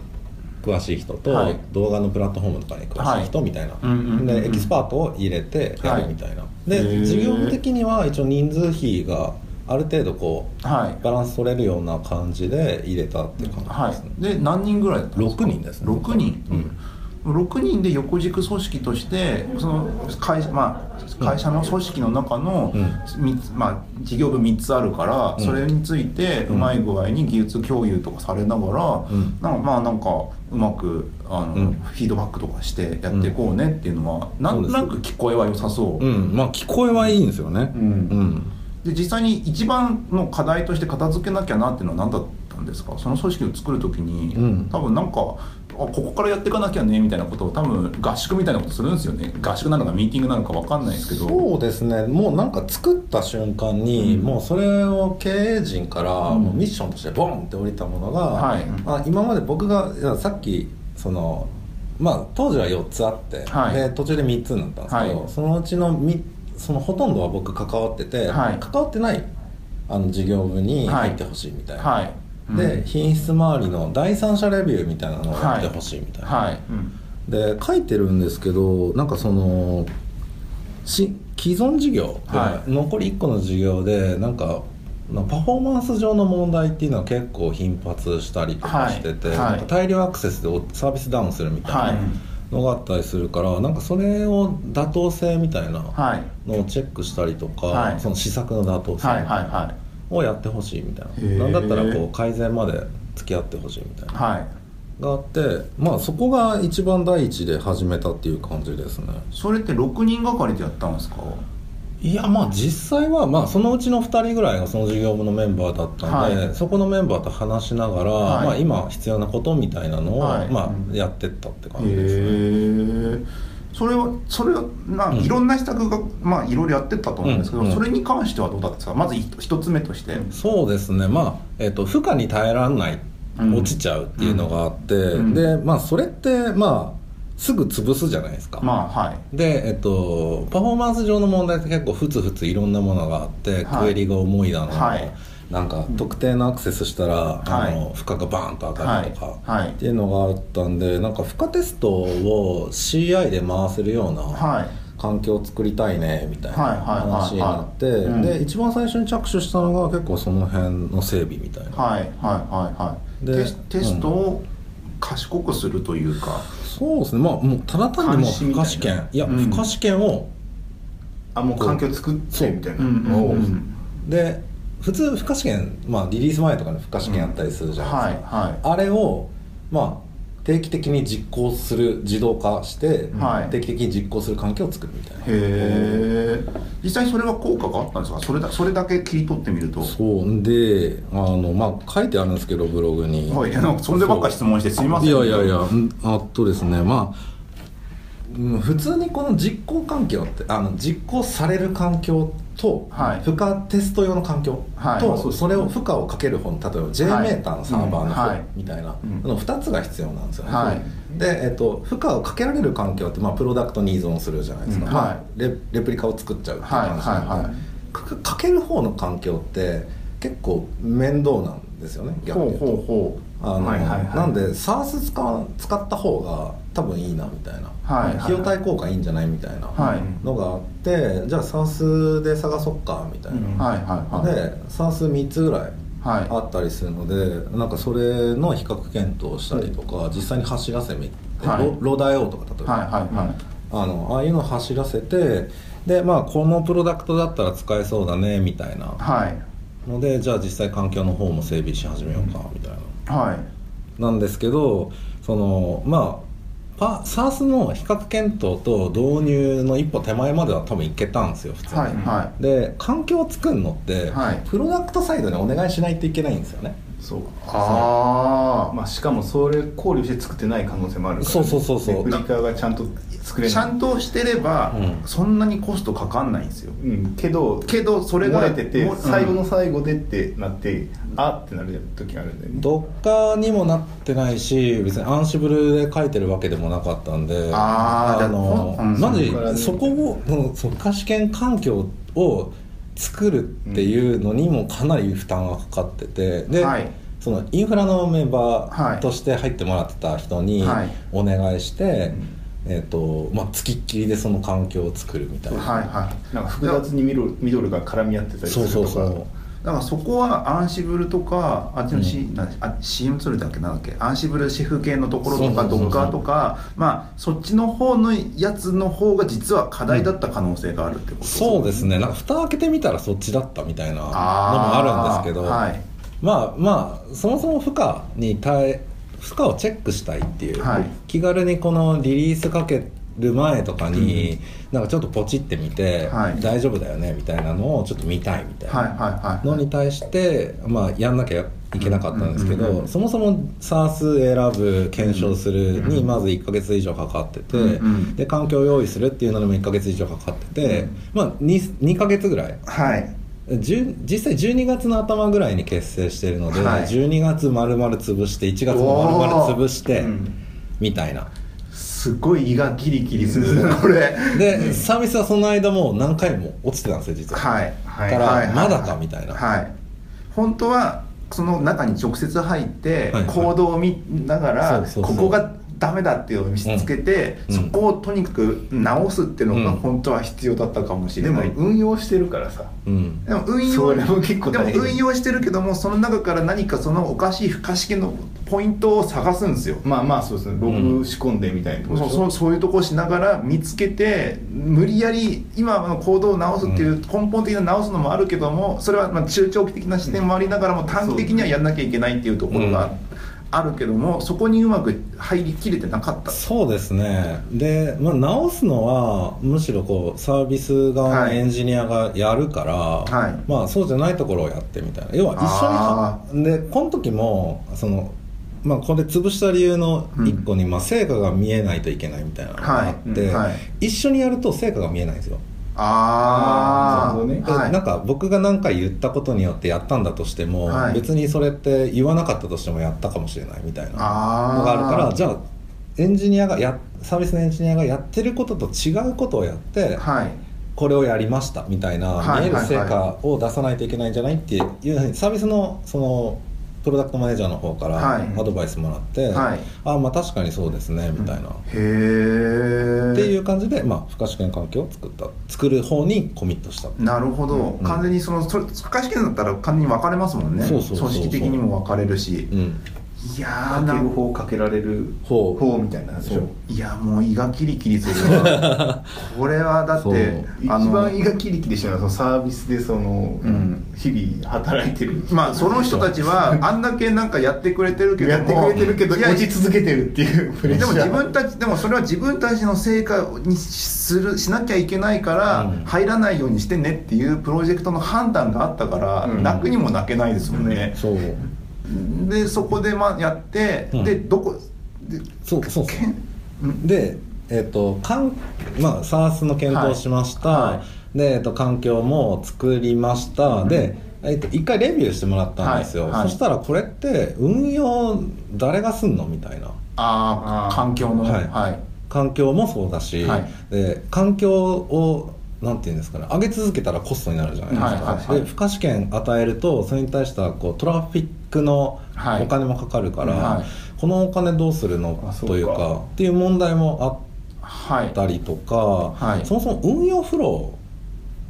詳しい人と、はい動画のプラットフォームとかに詳しい人みたいな、うんうんうんうんでエキスパートを入れてやるみたいな、へーで事業的には一応人数比がある程度こうはいバランス取れるような感じで入れたっていう感はじですね、い、で何人ぐらいだったんですか6人ですね6人、6人で横軸組織としてその会社,、まあ、会社の組織の中の、うみまあ、事業部3つあるから、うんそれについてうまい具合に技術共有とかされながら、うんなんかまあなんかうまくあの、うんフィードバックとかしてやっていこうねっていうのは、なんとなく聞こえは良さそう、うんまあ聞こえはいいんですよね、うんうんで実際に一番の課題として片付けなきゃなっていうのは何だったんですかその組織を作る時に、うん多分なんかあここからやっていかなきゃねみたいなことを多分合宿みたいなことするんですよね合宿なのかミーティングなのか分かんないですけどそうですねもうなんか作った瞬間に、うんもうそれを経営陣からんもうミッションとしてボンって降りたものが、はいあ今まで僕がいやさっきそのまあ当時は4つあって、はいで途中で3つになったんですけど、はいそのうちのみそのほとんどは僕関わってて、はい関わってないあの事業部に入ってほしいみたいな、はい、うんで品質周りの第三者レビューみたいなのをやってほしいみたいな、はい、で書いてるんですけどなんかそのし既存事業、はい残り1個の事業でなんかなパフォーマンス上の問題っていうのは結構頻発したりとかしてて、はいはいなんか大量アクセスでおサービスダウンするみたいなのがあったりするから、なんかそれを妥当性みたいなはいのをチェックしたりとか、はいその施策の妥当はいはい性はをやってほしいみたいへな、ーなんだったらこう改善まで付き合ってほしいみたいいなはいがあって、まあ、そこが一番第一で始めたっていう感じですね。それって6人がかりでやったんですかいやまあ実際はまあそのうちの2人ぐらいがその事業部のメンバーだったんで、はそこのメンバーと話しながら、はいまあ、今必要なことみたいなのを、はいまうんあ、やってったってへ感じですね、えそれはそれはなうんいろんな施策が、まあいろいろやってったと思うんですけど、うんうんそれに関してはどうだったんですかまずい一つ目として、そうですねまあ、えっと負荷に耐えられないうん落ちちゃうっていうのがあって、んでまあそれってまあすぐ潰すじゃないですか、まあはいで、えっと、パフォーマンス上の問題って結構ふつふついろんなものがあって、はいクエリが重いだの、はいなんか特定のアクセスしたら、はいあの負荷がバーンと上がるとか、はいはいっていうのがあったんでなんか負荷テストを CI で回せるようなはい環境を作りたいねみたいなはいはいはいはい話になって、うんで一番最初に着手したのが結構その辺の整備みたいな、はいはいはいはいでテステストを賢くするというか、そうですねまあもうただ単にもう監視み負たいな荷試験いや、うん負荷試験をあもう環境作ってみたいなうんうんおううんで普通負荷試験、まあ、リリース前とかに負荷試験やったりするじゃないですか、うんはいはいあれをまあ定期的に実行する自動化して、はい定期的に実行する環境を作るみたいへなえ実際それは効果があったんですかそれだそれだけ切り取ってみるとそうであのまあ書いてあるんですけどブログにはいなんかそれでばっか質問してすいませんいやいやいやうんあとですねまあうん普通にこの実行環境ってあの実行される環境とはい負荷テスト用の環境はいと、まあそうですねそれを負荷をかける方の例えば J メーターのサーバーのは方いみたいな、うんあの2つが必要なんですよね、はいで、えっと、負荷をかけられる環境って、まあ、プロダクトに依存するじゃないですか、うんまはあ、レレプリカを作っちゃうっていう感じはいはいなはんいでかかかける方の環境って結構面倒なんですよね逆にほう言うとほうほあの、はいはいはいなんで SARS 使わ使った方が多分いいなみたいな、はいはいはい費用対効果いいんじゃないみたいなうはい、のがあって、じゃあ SARS で探そっかみたいな、うんはいはいはいで SARS3 つぐらいはいあったりするので、なんかそれの比較検討したりとか、実際に走らせみ、はいロロダイオとか例えば、はいはいはいあのああいうのを走らせてでまあこのプロダクトだったら使えそうだねみたいなはいのでじゃあ実際環境の方も整備し始めようかみたいな。はいなんですけどそのまあパ SARS の比較検討と導入の一歩手前までは多分いけたんですよ普通に、はいはで環境を作るのって、はいプロダクトサイドにお願いしないといけないんですよねそうあまあしかもそれ考慮して作ってない可能性もあるからねそうそうそうそうレプリカがちゃんと作れあないちゃんとしてれば、うんそんなにコストかかんないんですようんけどけどそそれれがが漏れててもうん最後の最後でってなってあってなる時があるんだよねどっかにもなってないし別にアンシブルで書いてるわけでもなかったんであーじゃあのほんうんマジそこからねそこをうんそう可試験環境を作るっていうのにもかなり負担がかかってて、で、はいそのインフラのメンバはいーとして入ってもらってた人にはいお願いして、えっとまあ、付きっきりでその環境を作るみたいな、はいはいなんか複雑にミドルミドルが絡み合ってたりすそうるそとうそかうだからそこはアンシブルとかあっちの C、なんであ CM するだっけなんだっけアンシブルシェフ系のところとかそうそうそうそうドッカーとかまあそっちの方のやつの方が実は課題だった可能性があるってことそうですすねなんか蓋開けてみたらそっちだったみたいなのもああるんですけど、はいまあまあそもそも負荷に耐え負荷をチェックしたいっていう、はい気軽にこのリリースかける前とかに、なんかちょっとポチってみて、はい大丈夫だよねみたいなのをちょっと見たいみたいな、はいはいのはいに対して、まあ、やんなきゃいけなかったんですけど、うんうんうんうんそもそも SARS 選ぶ検証するうんうにんまず1ヶ月以上かかってて、うんうんで環境を用意するっていうのにも1ヶ月以上かかってて、うんまあ 2, 2ヶ月ぐらいはい10実際12月の頭ぐらいに結成してるので、はい12月丸々潰して1月も丸々潰して、みたいなすごい胃がキリキリする なこれでサービスはその間もう何回も落ちてたんですよ実は、はいはいだかはいらまだかみたいな、はい本当はその中に直接入ってはい行動を見ながら、そうそうそここうがダメだっていうのを見せつけて、うんそこをとにかく直すっていうのがうん本当は必要だったかもしでれもない、運用してるからさうんでも運用それも結構でも大変運用してるけどもその中から何かそのおかしい不可思議のポイントを探すんですよまあまあそうですねログ仕込んでみたいなとこでそうしょそうそういうとこをしながら見つけて無理やり今の行動を直すっていう根本的な直すのもあるけどもそれはまあ中長期的な視点もありながらも短期的にはやんなきゃいけないっていうところうがんあるけどもそこにうまく入りきれてなかったそうですねで、まあ、直すのはむしろこうサービス側のエンジニアがやるから、はいまあ、そうじゃないところをやってみたいな要はあ一緒にでこの時もその、まあ、これ潰した理由の一個に、まあ、成果が見えないといけないみたいなのがあって、はいうんはい一緒にやると成果が見えないんですよあなるほどねーはいなんか僕が何か言ったことによってやったんだとしても、はい別にそれって言わなかったとしてもやったかもしれないみたいなのあーがあるからじゃあエンジニアがやサービスのエンジニアがやってることと違うことをやって、はいこれをやりましたみたいな、はい見える成はい果を出さないといけないんじゃないっていうふうにサービスのそのプロダクトマネージャーの方からはアいドバイスもらって、はいああまあ確かにそうですねみたいな、っへえていう感じで、まあ、不可視圏環境を作った作る方にコミットしたなるほど、うん完全にそのそれ不可試験だったら完全に分かれますもんねそうそうそうそう組織的にも分かれるしうんいやーかなけんる方かけられる方方みたいなんでしそょういやもう胃がキリキリする わこれはだっそうて一あの番胃がキリキリしてるのはそのサービスでその、うん日々働いてるまあその人たちはあんだけなんかやってくれてるけどもやってくれてるけどいや落ち続けてるっていうプレッシでもャー自分たちでもそれは自分たちの成果にするしなきゃいけないから、うん入らないようにしてねっていうプロジェクトの判断があったから、うん泣くにも泣けないですもんね、そうでそこでまあやって、うんでどこでそうそうそうけんで、えっとかんまあ、SARS の検討をしました、はいはでえっと環境も作りました、うんで、えっと、一回レビューしてもらったんですよ、はいはいそしたらこれって運用誰がすんのみたいなあああー環境のははいい、環境もそうだし、はいで環境をなんていうんですかね上げ続けたらコストになるじゃないですか、はいはいはいで付加試験与えるとそれに対してはこうトラフィックのはいお金もかかるから、はいこのお金どうするのあそうかというかっていう問題もあって。はいったりとか、いそもそも運用フロ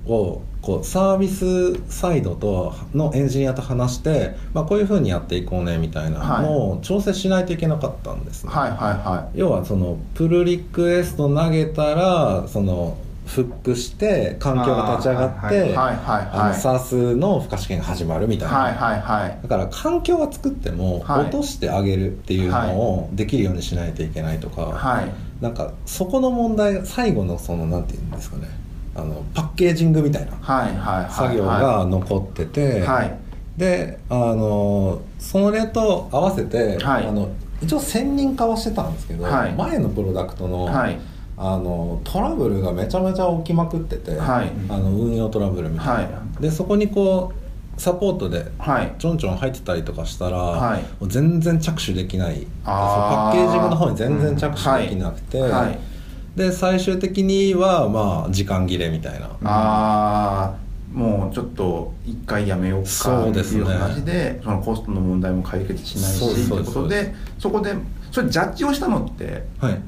ーをこうサービスサイドとのエンジニアと話して、まあ、こういうふうにやっていこうねみたいなのを調整しないといけなかったんですね、はいはいは要はそのプルリクエスト投げたらそのフックして環境が立ち上がってあーははいいはいはいあの SARS の付加試験が始まるみたいな、はいはいはいだから環境は作ってもはい落としてあげるっていうのをできるようにしないといけないとか、はいなんかそこの問題最後のそのなんていうんですかねあのパッケージングみたいなはいはいはい作業が残ってて、はいであのそれと合わせて、はいあの一応専任化はしてたんですけど、はい前のプロダクトの,、はいあのトラブルがめちゃめちゃ起きまくってて、はいあの運用トラブルみたいな、はでそこにこうサポートではいちょんちょん入ってたりとかしたら、はいもう全然着手できないそのパあーッケージングの方に全然着手できなくて、うんはいはいで最終的にはまあ時間切れみたいなああもうちょっと一回やめようかそうっでてすいねう話でそのコストの問題も解決しないそうですしということそうでそこでそれジャッジをしたのってはい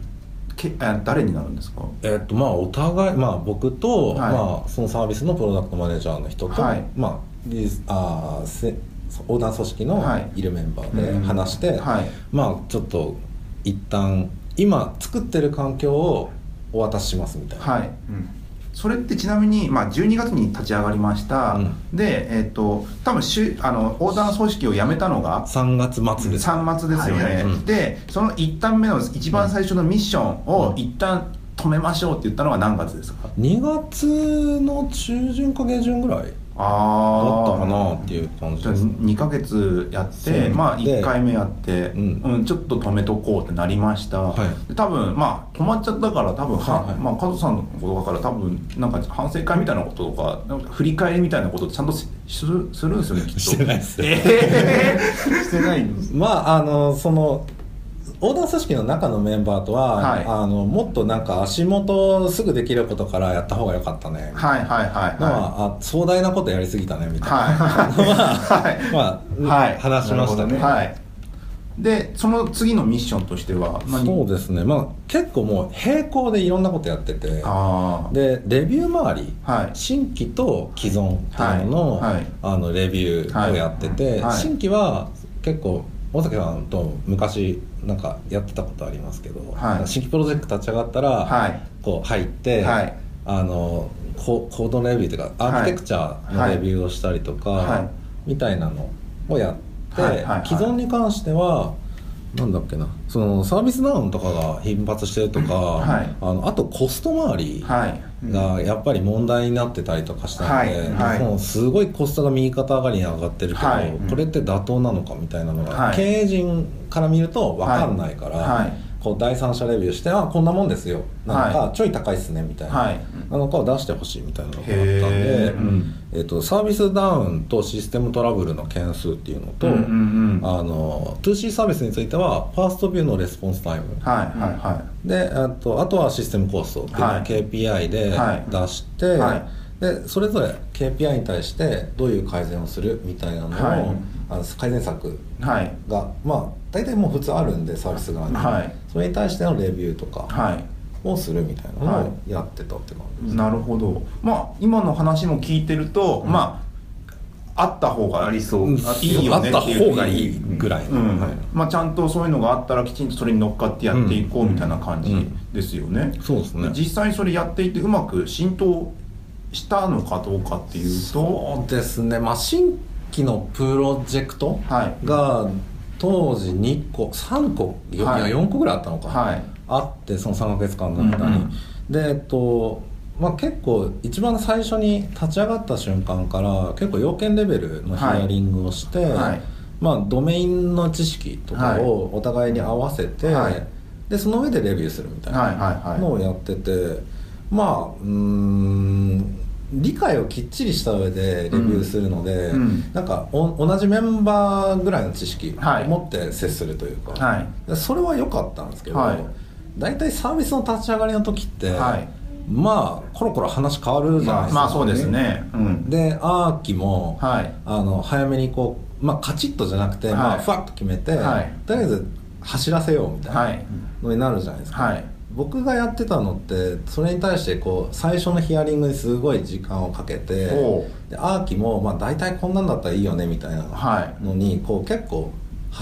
けあ誰になるんですかえっとまあお互いまあ僕と、はいまあそのサービスのプロダクトマネージャーの人と、はいまあリースあーせ横断組織はのいいるメンバーうんで話して、はいまあちょっと一旦今作ってる環境をお渡ししますみたいな、はいうんそれってちなみに、まあ、12月に立ち上がりました、うんで、えっと多分しゅあの横断組織を辞めたのが3月末です3末ですよね、はいうんでその1旦目の一番最初のミッションうをん一旦止めましょうって言ったのが何月ですか、 2月の中旬か下旬ぐらいだっああたかなっていう感じですね2ヶ月やっそうて、まあ、で1回目やって、うんうんちょっと止めとこうってなりました、はいで多分まあ止まっちゃったから多分は、はいはいまあ、加藤さんのことだから多分なんか反省会みたいなこととかなんか振り返りみたいなことってちゃんとしするするんですよねきっとしてないっすよえしてないんですまああのその横断組織の中のメンバーとは、はいあのもっとなんか足元すぐできることからやった方が良かったねーはいはいはいのは、はあ壮大なことやりすぎたねみいたいな、はいまあ、はい話しましたねはいでその次のミッションとしてはそうすですねまあ結構もう並行でいろんなことやっててあでレビュー周り、はい新規と既存っていうのの,、はいはいあのレビューをやってて、はい新規は結構尾崎さんと昔なんかやってたことありますけど、はい新規プロジェクト立ち上がったら、あはいこう入って、はいあのココードレビューというかアーキテクチャのレビューをしたりとか、はいみたいなのをやって、はいはいはい既存に関してはなんだっけなそのサービスダウンとかが頻発してるとか、はいあのあとコスト周りはいがやっぱり問題になってたりとかしたので、はいはいもうすごいコストが右肩上がりに上がってるけど、はいこれって妥当なのかみたいなのが、はい経営陣から見ると分かんないから、はいはいこう第三者レビューして「あこんなもんですよ」なんか、はちょい高いっすね」みたいな、はいなのかを出してほしいみたいなのがあったんへでー、うんえっとサービスダウンとシステムトラブルの件数っていうのと、うんうんうんはいあの 2C サービスについてはファーストビューのレスポンスタイム、はいはであとあとはシステムコストっていうのをはい KPI ではい出して、はでそれぞれ KPI に対してどういう改善をするみたいなのを、はいあの改善策いはいがまあ大体もう普通あるんでサービス側に、はいそれに対してのレビューとかはいをするみたいなのはをやってたって感じです、なるほどまあ今の話も聞いてると、まああった方がありそう、あいいよねあったていう方がいいぐらいの、うんはいまあ、ちゃんとそういうのがあったらきちんとそれに乗っかってやっていこうみたいな感じですよね、そうですね実際それやっていてうまく浸透したのかどうかっていうとそうですね、まあ、新規のプロジェクトはいが当時2個3個いやはい4個ぐらいあったのか、はいあってその3ヶ月間の間に、うんうんでえっとまあ、結構一番最初に立ち上がった瞬間から結構要件レベルのヒアリングをして、いはいまあ、ドメインの知識とかをお互いに合わせて、はいでその上でレビューするみたいな、はいはいのはをやっててまあうーん理解をきっちりした上でレビューするので、うんうんなんかお同じメンバーぐらいの知識はをい持って接するというか、いはいでそれは良かったんですけど、はい大体サービスの立ち上がりの時って、はいまあコロコロ話変わるじゃないまであすか、まあそうですねうんでアーキも、はいあの早めにこう、まあ、カチッとじゃなくて、はいまあ、ふわっと決めて、はいとりあえず走らせようみたいなはいのになるじゃないですか、はい僕がやってたのってそれに対してこう最初のヒアリングにすごい時間をかけておうでアーキも、まあ、大体こんなんだったらいいよねみたいなはいのにこう結構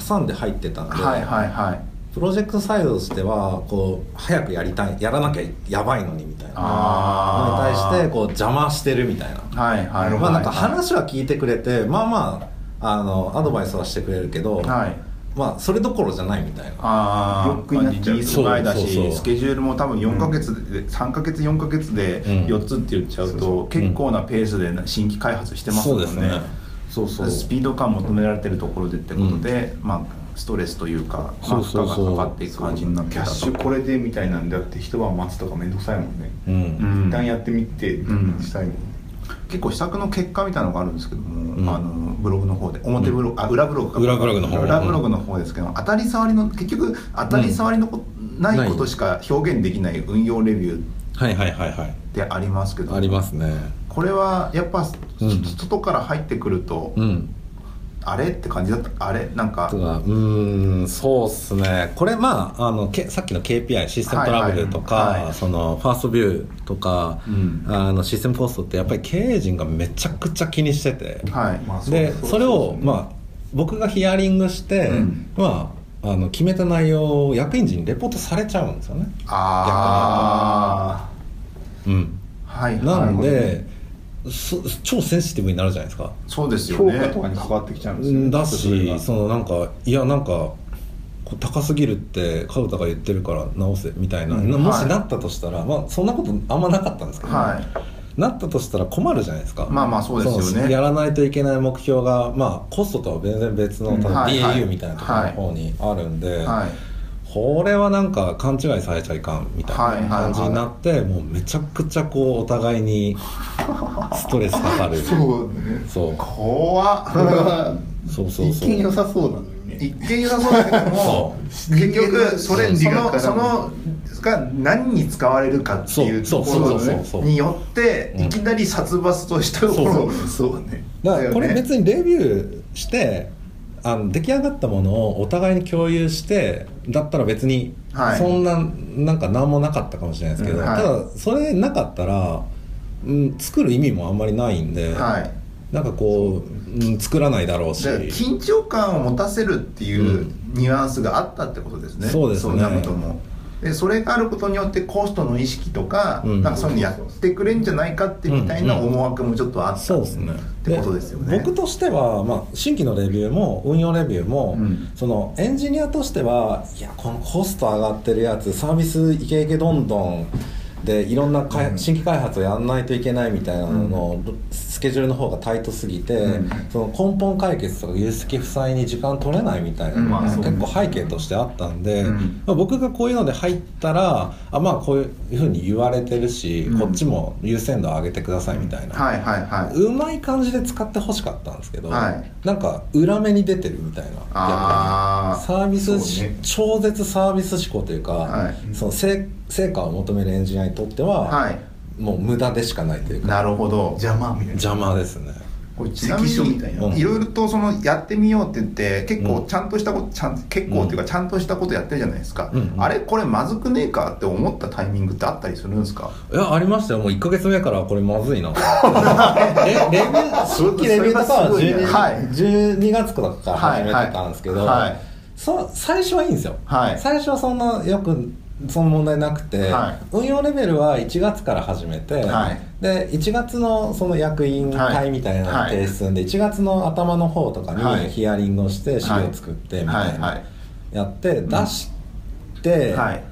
挟んで入ってたんで、はいはいはいプロジェクトサイドとしてはこう早くやりたいやらなきゃやばいのにみたいなのあにー対してこう邪魔してるみたいなはいはいはいまあなんか話は聞いてくれてまあまああのアドバイスはしてくれるけど、はいまあそれどころじゃないみたいなああブロックになっちゃうリリース前だそうそうしそうスケジュールも多分4ヶ月で、3ヶ月4ヶ月でうん4つって言っちゃうと、結構なペースで新規開発してますもんねそうですねそうそうスピード感求められてるところでってことで、まあストレスというか、まそあ、う負そう荷そがうかかっていく感じになってキたャッとシュこれでみたいなんだって一晩待つとかめんどくさいもんね、うん、うん一旦やってみてうんしたいもんね、結構試作の結果みたいなのがあるんですけども、うんあのブログの方で表ブログ、あ裏ブログか裏ブログの方裏ブログの方ですけど、当たり障りの結局当たり障りのこ、ないことしか表現できない運用レビューっはいはいはいはいてありますけどありますねこれはやっぱ、うん外から入ってくると、うんあれって感じだったあれなんかあとはうーんそうっすねこれまああのけさっきの KPI システムトラブルとか、はいはいそのファーストビューとか、うんあのシステムコストってやっぱり経営陣がめちゃくちゃ気にしてて、はい、まあそうでうそれをまあ僕がヒアリングして、うんまああの決めた内容を役員陣にレポートされちゃうんですよね、あうん、あはいなんはいでそ超センシティブになるじゃないですかそうですよ評ね価とかに関わってきちゃうんですよねだそれしがそのなんかいやなんかこう高すぎるって角田が言ってるから直せみたいな、うんもしはいなったとしたら、まあそんなことあんまなかったんですけど、はいなったとしたら困るじゃないですかまあまあそうですよねのやらないといけない目標がまあコストとは全然別の、うん多分はいはい DAU みたいなところの方にあるんで、はいこれはなんか勘違いされちゃいかんみたいな感じになって、もうめちゃくちゃこうお互いにストレス かかるそうだねそう怖これっはそうそう一そう見良さそうなのにね一見良さそうだけどもそう結局それ倫理そが絡のむそのが何に使われるかっていうそとうこそうそうそうそろうによってうんいきなり殺伐としたところそうねだからこれだよね別にレビューして、あの出来上がったものをお互いに共有してだったら別にはいそんな,、なんか何もなかったかもしれないですけど、うんはいただそれなかったら、うん、作る意味もあんまりないんで、はいなんかこう、うん、作らないだろうしだから緊張感を持たせるっていうニュアンスがあったってことですね、そうですねんなこともでそれがあることによってコストの意識とか,、うんなんかそういうのやってくれんじゃないかってみたいな思惑もちょっとあった、そうですねってことですよね僕としては、まあ、新規のレビューも運用レビューも、うんそのエンジニアとしてはいやこのコスト上がってるやつサービスイケイケどんどんでいろんな開新規開発をやらないといけないみたいなのの、スケジュールの方がタイトすぎて、うんその根本解決とか有識負債に時間取れないみたいなのが、まあそう結構背景としてあったんで、うんまあ僕がこういうので入ったらあまあこういうふうに言われてるし、うんこっちも優先度を上げてくださいみたいな、はいはいはいうまい感じで使ってほしかったんですけど、はいなんか裏目に出てるみたいなあーサービスし、そうね超絶サービス思考というか、はいその成成果を求めるエンジニアにとっては、はいもう無駄でしかないというかなるほど邪魔みたいな邪魔ですねこれちなみに関所みたいなうんいろいろとそのやってみようって言って結う構んちゃんとしたことちゃん結構っていうかちゃんとしたことやってるじゃないですか、うんうんあれこれまずくねえかって思ったタイミングってあったりするんですか、いやありましたよもう1か月目からこれまずい なレレビュー新規レビューとかそれがはすごいね 12,、はい12月とかから始めてたんですけど、はいはいそ最初はいいんですよ、はい最初はそんなよくその問題なくて、は運用レベルは1月から始めて、はいで1月のその役員会みたいなのを提出するんで、1月の頭の方とかはいにヒアリングをして資料作ってみはたいいはないやって出して、はい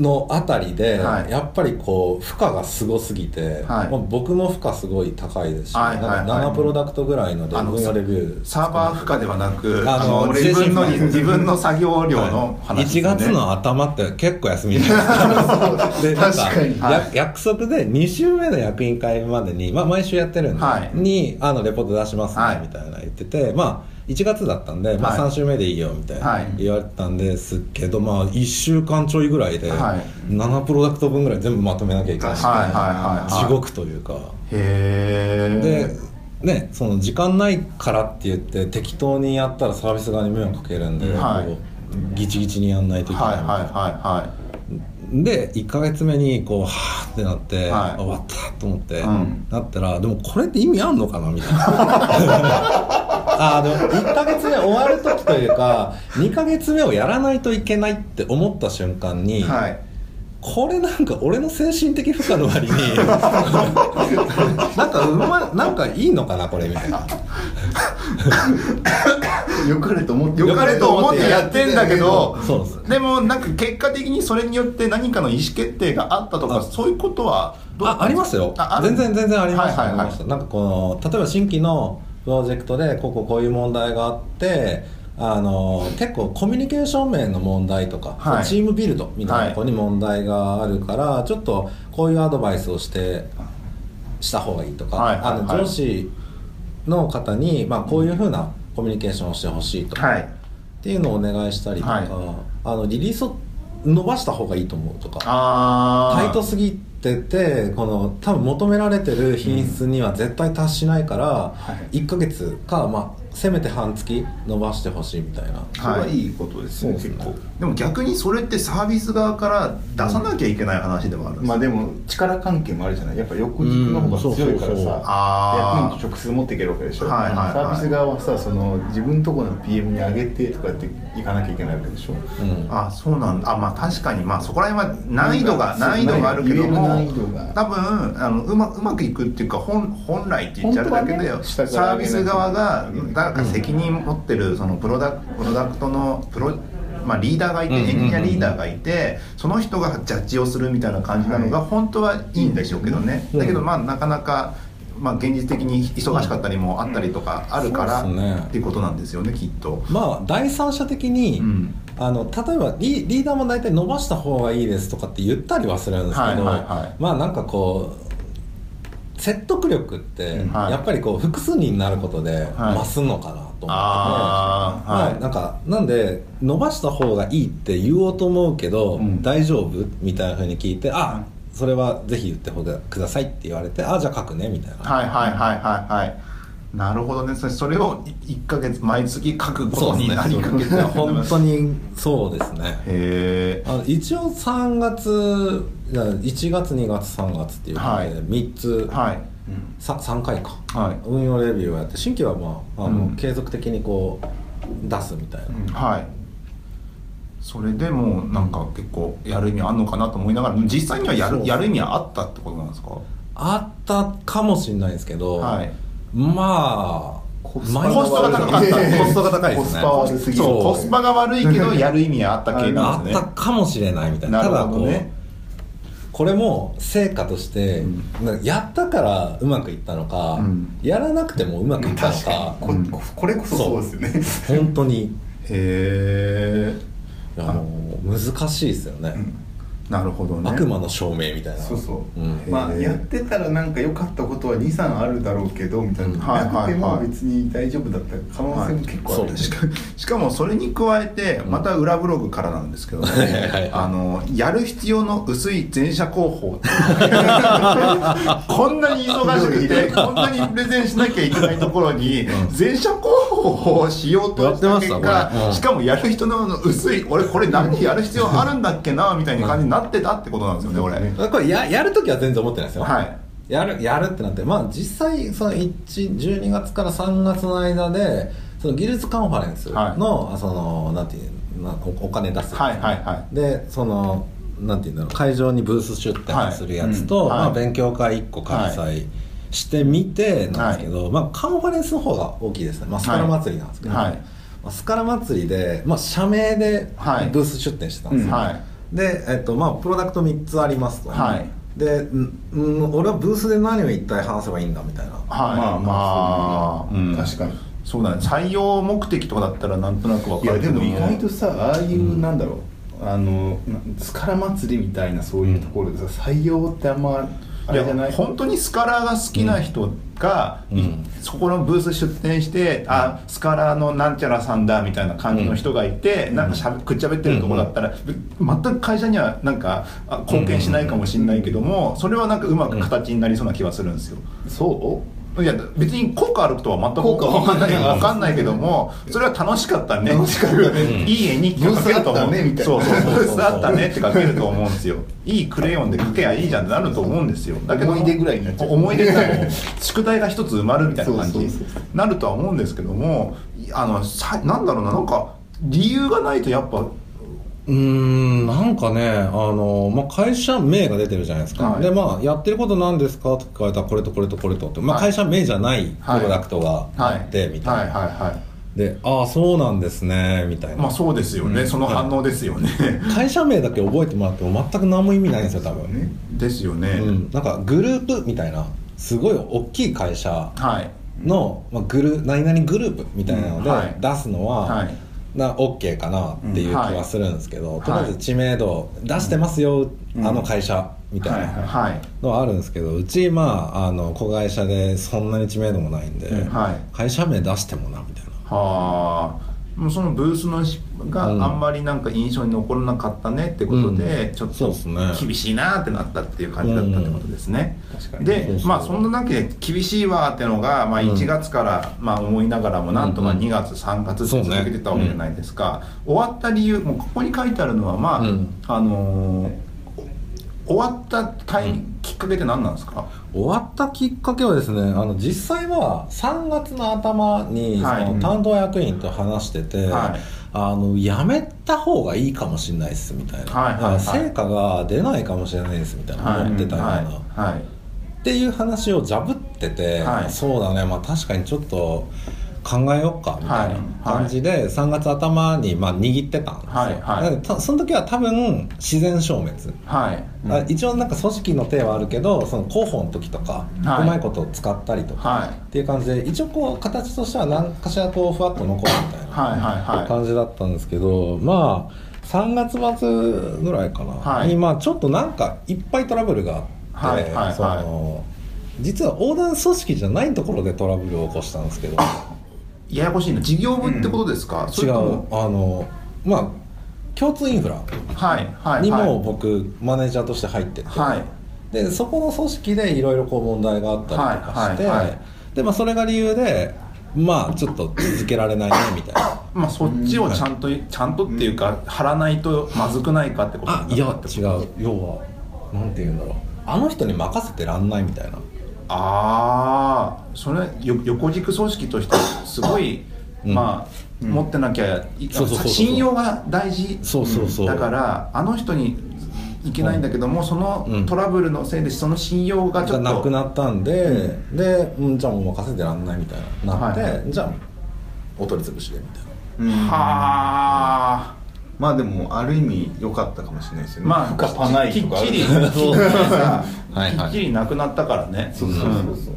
のあたりで、はいやっぱりこう負荷がすごすぎて、はいまあ僕も負荷すごい高いですし、はいはいはいなんか7プロダクトぐらいのレあの運用レビューサーバー負荷ではなくああのの自分の自分の作業量のはい話1です月よねの頭って結構休みじゃな いですかでなん確かにやは約束で2週目の役員会までに、まあ、毎週やってるんで、はいにあのレポート出しますはいねみたいな言ってて、まあ1月だったんで、まあ、はい3週目でいいよみたいはない言われてたんですけど、まあ、1週間ちょいぐらいではい7プロダクト分ぐらい全部まとめなきゃいけないみたいはないはいはいはい地獄というか。へでえ、ね、その時間ないからって言って適当にやったらサービス側に迷惑かけるんで、はいこうギチギチにやんないといけなはいいみはいたいなはで1か月目にこうはーってなって、はいあ終わったと思って、うんなったらでもこれって意味あんのかなみた いなあーでも1か月目終わる時というか2か月目をやらないといけないって思った瞬間に、いはいはいこれなんか俺の精神的負荷の割に なんかうまなんかいいのかなこれみたいな良かれと思ってよかれと思ってやってんだけどそうですでもなんか結果的にそれによって何かの意思決定があったとあかそういうことはどうあありますよあある全然全然ありました、はいはいはいありましたなんかこの例えば新規のプロジェクトでこうこうこういう問題があってあの結構コミュニケーション面の問題とか、はいチームビルドみたいなとこに問題があるから、ちょっとこういうアドバイスをしてした方がいいとか、はいはいあのはい上司の方に、まあ、こういうふうなコミュニケーションをしてほしいとか、はいっていうのをお願いしたりとか、はいあのリリースを伸ばした方がいいと思うとかああタイトすぎててこの多分求められてる品質には絶対達しないから、1ヶ月か、まあ、せめて半月伸ばしてほしいみたいなそれははいいいことですね、そうですね結構でも逆にそれってサービス側から出さなきゃいけない話でもあるんですまよ、あでも力関係もあるじゃないやっぱ横軸の方が強いからうんそうそうさあー役員と直接持っていけるわけでしょ、はいはいはいサービス側はさその自分のところの PM に上げてとかっていかなきゃいけないわけでしょうんあそうなんだあまあ確かにまあそこら辺は難易度がなんか難易度があるけども言える難易度が多分あのうまうまくいくっていうか本本来って言っちゃうだけで、本当はねサ下からー上げビないス側がだから責任持ってるそのプロダクプロダクトのプロまあ、リーダーがいて、うんうんうんエンジニアリーダーがいてその人がジャッジをするみたいな感じなのが本当はいいんでしょうけどね、うんだけどまあなかなか、まあ、現実的に忙しかったりもあったりとかあるから、そうですねっていうことなんですよねきっと。まあ第三者的に、うんあの例えばリリーダーも大体伸ばした方がいいですとかって言ったりはするんですけど、はいはいはいまあなんかこう説得力ってはいやっぱりこう複数人になることで増すのかなと思って、あーはいまあなんかなんで伸ばした方がいいって言おうと思うけど、うん大丈夫みたいなふうに聞いてあそれはぜひ言ってほくださいって言われてあじゃあ書くねみたいなはいはいはいはいはいなるほどねそれそれを1か月毎月書くこそとうでにすねなりかけいてや本当にそうですねへえあ一応3月いや1月2月3月っていうことで、はい3つ、はいさ3回か、はい運用レビューをやって新規はまああの、うん継続的にこう出すみたいな、はいそれでもうなんか結構やる意味あんのかなと思いながら実際にはやそるうやる意味はあったってことなんですかあったかもしれないですけど、はいまあコスコパマイナスストが高かった コストが高いでコすスねパ悪すぎそるうそうコスパが悪いけどやる意味はあった系なあんっですたねかもしれないみたいななるただほこどうねこれも成果として、うなやったからうまくいったのか、うんやらなくてもうまくいったの確かかにこ,、うんここれこそそうですよね本当にへあの難しいですよね、えなるほどね悪魔の証明みたいなそうそうんまあへえやってたらなんか良かったことは23あるだろうけどみたいな、うんはいなくてもはいはい別に大丈夫だった可能性も結構ある、はいしかしかもそれに加えてまた裏ブログからなんですけどね、はいはいはいあのやる必要の薄い前者広報っていうこんなに忙しくてこんなにプレゼンしなきゃいけないところに前者広報をしようとした結やってました果これうんしかもやる人の薄い俺これ何やる必要あるんだっけなみたいな感じになってたってことなんですよね俺。これややるときは全然思ってないですよ、はいやるやるってなってまあ実際その1 12月から3月の間でその技術カンファレンスの,、はいそのなんていうなおお金出す、はいはいはでそのなんていうんだろう会場にブース出はい展するやつと、うんはいまあ、勉強会1個開催してみてなんですけど、まあ、カンファレンスの方が大きいですね、まあ、スカラ祭りなんですけど、はいはいまあスカラ祭りで、まあ、社名ではいブース出展してたんい、ですよ、はいで、えっとまあ、プロダクト3つありますと、はいで、うんうん、俺はブースで何を一体話せばいいんだみたいなはい、まあまあまあうん確かにそうだね採用目的とかだったらなんとなく分いかやるけでども意外とさああいうなんだろう、あのスカラ祭りみたいなそういうところでさ採用ってあんまあいれやじゃない本当にスカラーが好きな人が、うんいうんそこのブース出店して、あスカラーのなんちゃらさんだみたいな感じの人がいて、なんかしゃべくっちゃべってるとこだったら、全く会社にはなんかあ貢献しないかもしれないけども、それはなんかうまく形になりそうな気はするんですよ。そういや別に効果あることは全く効果わかんないうんわかんないけどもそれは楽しかったね楽しかったねいい絵に描けると思うブースあったねみたいなそうそうそうブースあったねって描けると思うんですよいいクレヨンで描けばいいじゃんってなると思うんですよだけど思い出ぐらいになっちゃう思い出ぐらい もう宿題が一つ埋まるみたいな感じそうにそうなるとは思うんですけどもいあのさなんだろうななんか理由がないとやっぱうーんなんかねあの、まあ、会社名が出てるじゃないですか、はいでまあやってること何ですかと聞かれたらこれとこれとこれとって、まあ、はい会社名じゃないプはいロダクトがはあいって、みたいな、はいはいはでああそうなんですねみたいいな、まあそうですよね、その反応ですよね会社名だけ覚えてもらっても全く何も意味ないんですよ多分ねですよね、うん、なんかグループみたいなすごい大きい会社はいの、まあ、グル何々グループみたいなのうんはでい出すのは、はいな OK かなっていう気はするんですけど、うんはいとりあえず知名度出してますよ、うんあの会社みたいはいなはいのはあるんですけどうちまああの子会社でそんなに知名度もないんで、うんはい会社名出してもなみたいはなあもうそのブースのしがうんあんまりなんか印象に残らなかったねってことで、うんちょっそうとですね厳しいなってなったっていう感じだったってことですね、確かにでそうそうまあそんな中で厳しいわーってのが、まあ、うん1月から、まあ、思いながらもなんとかうん2月3月そう続ねけてたわけじゃないですか、終わった理由もうここに書いてあるのはまあ、うんあのーお終わったタイ、きっかけって何なんですか終わったきっかけはですねあの実際は3月の頭にそはいの担当役員と話してて、はいあのやめた方がいいかもしれないですみたいな、はいはいはいあ成果が出ないかもしれないですみたいな思ってたような、はいはいっていう話をジャブってて、はいそうだねまあ確かにちょっと考えよっかみたいな感じで3月頭にまあ握ってたんですよ、はいはいなのでたその時は多分自然消滅、はいあ一応なんか組織の手はあるけどその広報の時とか、はいうまいことを使ったりとか、はいっていう感じで一応こう形としては何かしらこうふわっと残るみたいなはいはいはい感じだったんですけど、まあ3月末ぐらいかな、はいにまあちょっとなんかいっぱいトラブルがあっはて、いはいはいその実は横断組織じゃないところでトラブルを起こしたんですけどややこしいな事業部ってことですか、そ違れうあとものまあ共通インフラはいはいにはいも僕マネージャーとして入ってて。はいでそこの組織でいろいろこう問題があったりとかして、はいはいはいでまあそれが理由でまあちょっと続けられないねみたいなまあそっちをちゃんと、ちゃんとっていうか張らないとまずくないかってことあいや違う要はなんて言うんだろうあの人に任せてらんないみたいなああそれよ横軸組織としてすごい、うんまあ、持ってなきゃいそうそうそうそう信用が大事そうそうそうだからあの人にいけないんだけども、そのうんトラブルのせいでその信用がちょっがとなくなったんで、で、うん、じゃあもう任せてらんないみたいななって、はじゃあお取り潰しでみたいなはあまあでもある意味良かったかもしれないですよねまあ負荷パないきっとかあるちりき っちりさ はいきはいっちりなくなったからねそうそうそうそう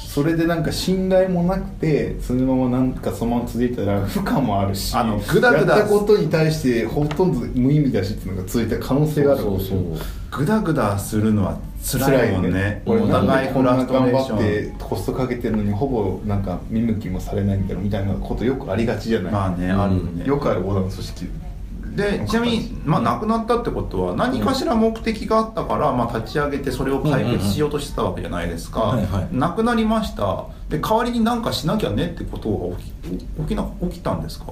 それでなんか信頼もなくてそのままなんかそのまま続いたら負荷もあるしあのグダグダやったことに対してほとんど無意味だしっていうのが続いた可能性があるそうそうグダグダするのは辛いもんね俺お互いフラストレーシ頑張ョンってコストかけてるのにほぼなんか見向きもされないみたいなみたいなことよくありがちじゃない、まあねあるよね、よくある横断組織でちなみに、まあ、亡くなったってことは何かしら目的があったから、まあ、立ち上げてそれを解決しようとしてたわけじゃないですか、はいはい亡くなりましたで代わりに何かしなきゃねってことが起き起きな起きたんですか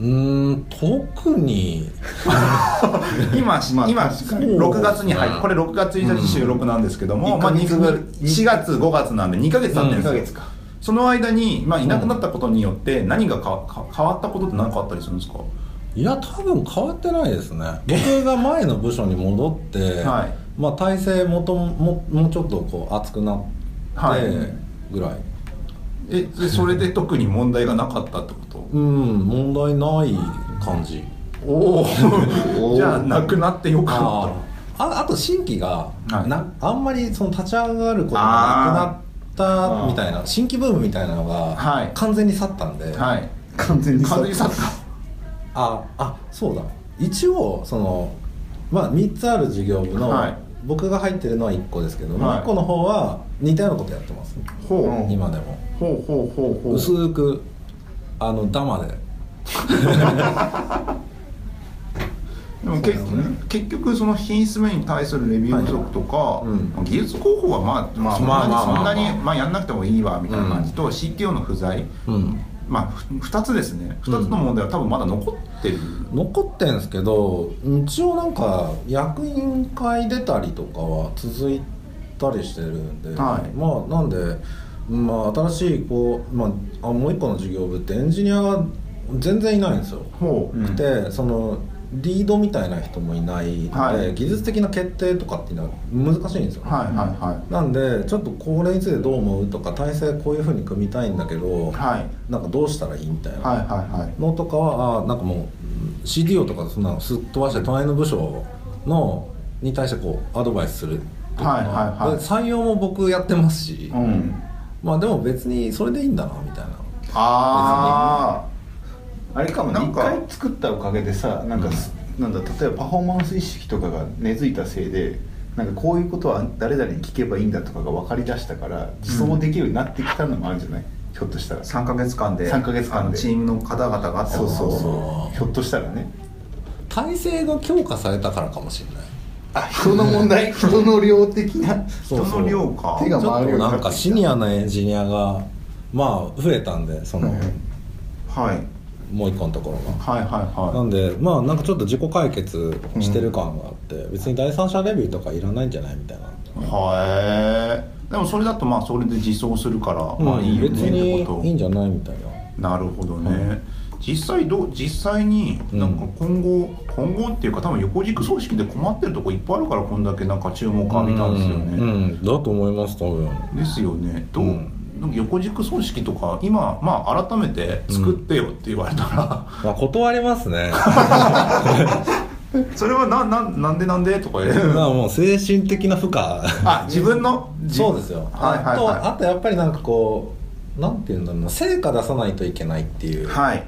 うーん特に 今、まあ今確かに6月に入ってこれ6月1日収録なんですけども、まあ、2 4月5月なんで2ヶ月経ってるんで2すヶよ、月かその間に、まあ、いなくなったことによって何がかか変わったことって何かあったりするんですか、いや多分変わってないですね僕が前の部署に戻って、 はいまあ体制もとももうちょっとこう熱くなってはいぐらい、え でそれで特に問題がなかったってことうん問題ない感じおお じゃあなくなってよかあっ ああと新規がはいなあんまりその立ち上がることがなくなったみたいな新規ブームみたいなのはがい完全に去ったんで、たはい完全に完全に去ったああそうだ一応そのまあ3つある事業部の、はい僕が入ってるのは1個ですけど、もうはい1個の方は似たようなことやってますほう今でもほうほうほうほう薄くあのダマででも結,、結局その品質面に対するレビュー不足とか、いうん技術候補はまあ、まあ、そんなに、まあまあまあまあそんなに、まあ、やんなくてもいいわみたいな感じと、CTO の不在、うんまあ、ふ2つですね2つの問題は多分まだ残ってる、残ってんすけど一応なんか役員会出たりとかは続いたりしてるんで、はいまあなんで、まあ、新しいこう、まあ、あもう一個の事業部ってエンジニアが全然いないんですよほう、でそのリードみたいな人もいないので、はい技術的な決定とかっていうのは難しいんですよ、はいはいはなんでちょっとこれについてどう思うとか体制こういうふうに組みたいんだけど、いはいなんかどうしたらいいみたいはいなはいはいのとかはあーなんかもう CDO とかそんなのすっ飛ばして隣の部署のに対してこうアドバイスするっていうのはいはいはいで採用も僕やってますし、うんまあでも別にそれでいいんだなみたいなああれかもねなん一か回作ったおかげでさなんかす、なんだ例えばパフォーマンス意識とかが根付いたせいでなんかこういうことは誰々に聞けばいいんだとかが分かりだしたから自走できるようになってきたのもあるんじゃない、ひょっとしたらあ3か月間で三ヶ月間であのチームの方々があってそうそうあそうひょっとしたらね体制が強化されたからかもしれないあ人の問題 人の量的なそうそう人の量か手がちょっ回とるようになっなてんきたかシニアのエンジニアがまあ増えたんでそのはいもう一個のところがはいはいはいなんでまあなんかちょっと自己解決してる感があって別に第三者レビューとかいらないんじゃないみたいなはえでもそれだとまあそれで自走するから、まあいいよ別ねにってこいいんとじゃないみたいななるほどね、実際どう実際になんか今後、今後っていうか多分横軸組織で困ってるとこいっぱいあるからこんだけなんか注目浴びたんですよね、うんうんだと思います多分ですよねどう、うんなんか横軸組織とか今まあ改めて作ってよって言われたら、まあ断りま すねそれはなななんでなんでとか言まうあもう精神的な負荷あ自分のじそうですよはいはいあとはあとやっぱりなんかこうなんていうんだろうな成果出さないといけないっていいうはい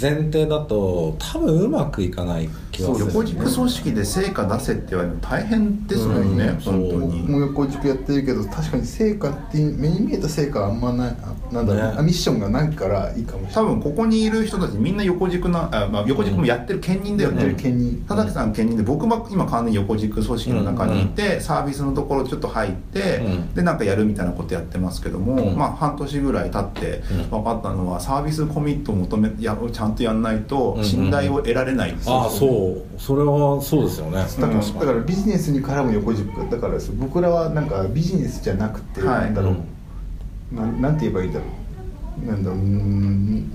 前提だと多分うまくいかない気がする、横軸組織で成果出せって言われるの大変ですもんね、うん本当にもう横軸やってるけど確かに成果って目に見えた成果はあんまないあなんだろう、ねあミッションがないからいいかもし多れない分ここにいる人たちみんな横軸なあ、まあ、横軸もやってる兼任だよね、やってる兼任田崎さん兼任で僕も今完全に横軸組織の中にいて、サービスのところちょっと入って、うんでなんかやるみたいなことやってますけども、うんまあ半年ぐらい経ってうん分かったのはサービスコミットを求めやちゃんとやんないとうん信頼を得られないんですよああそうそれはそうですよねだから,、確だかからビジネスに絡む横軸だからです僕らはなんかビジネスじゃなくて、はいなんだろう、なん、なんて言えばいいんだろうなんだろううーん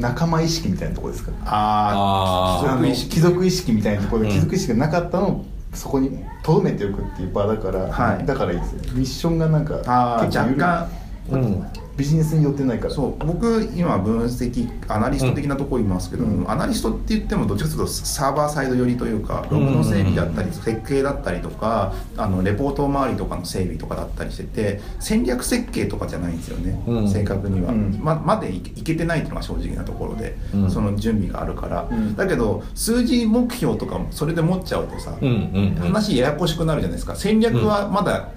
仲間意識みたいなところですかああああの貴族意識貴族意識みたいなところでうん貴族意識がなかったのをそこに留めておくっていう場だから、はいだからいいですよミッションがなんかあー結構若緩い干うんビジネスに寄ってないからそう僕今分析アナリスト的なところいますけども、アナリストって言ってもどっちかというとサーバーサイド寄りというかログの整備だったり設計だったりとかあのレポート周りとかの整備とかだったりしてて戦略設計とかじゃないんですよね、うん正確には、うんままでいいけてないっていうのが正直なところで、うんその準備があるから、うんだけど数字目標とかもそれで持っちゃうとさ、うんうんうん話ややこしくなるじゃないですか戦略はまだ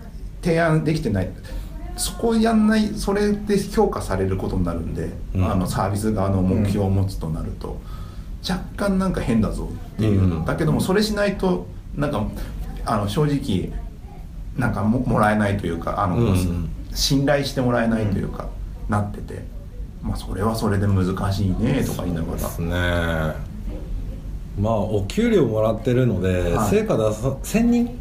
提案できてない、そこやんないそれで評価されることになるんで、うんあのサービス側の目標を持つとなると、若干なんか変だぞっていう、うんだけどもそれしないとなんかあの正直なんかももらえないというかあの、うん信頼してもらえないというか、なってて、まあ、それはそれで難しいねとか言いながら。ですねまあお給料もらってるので、はい成果出さ1000人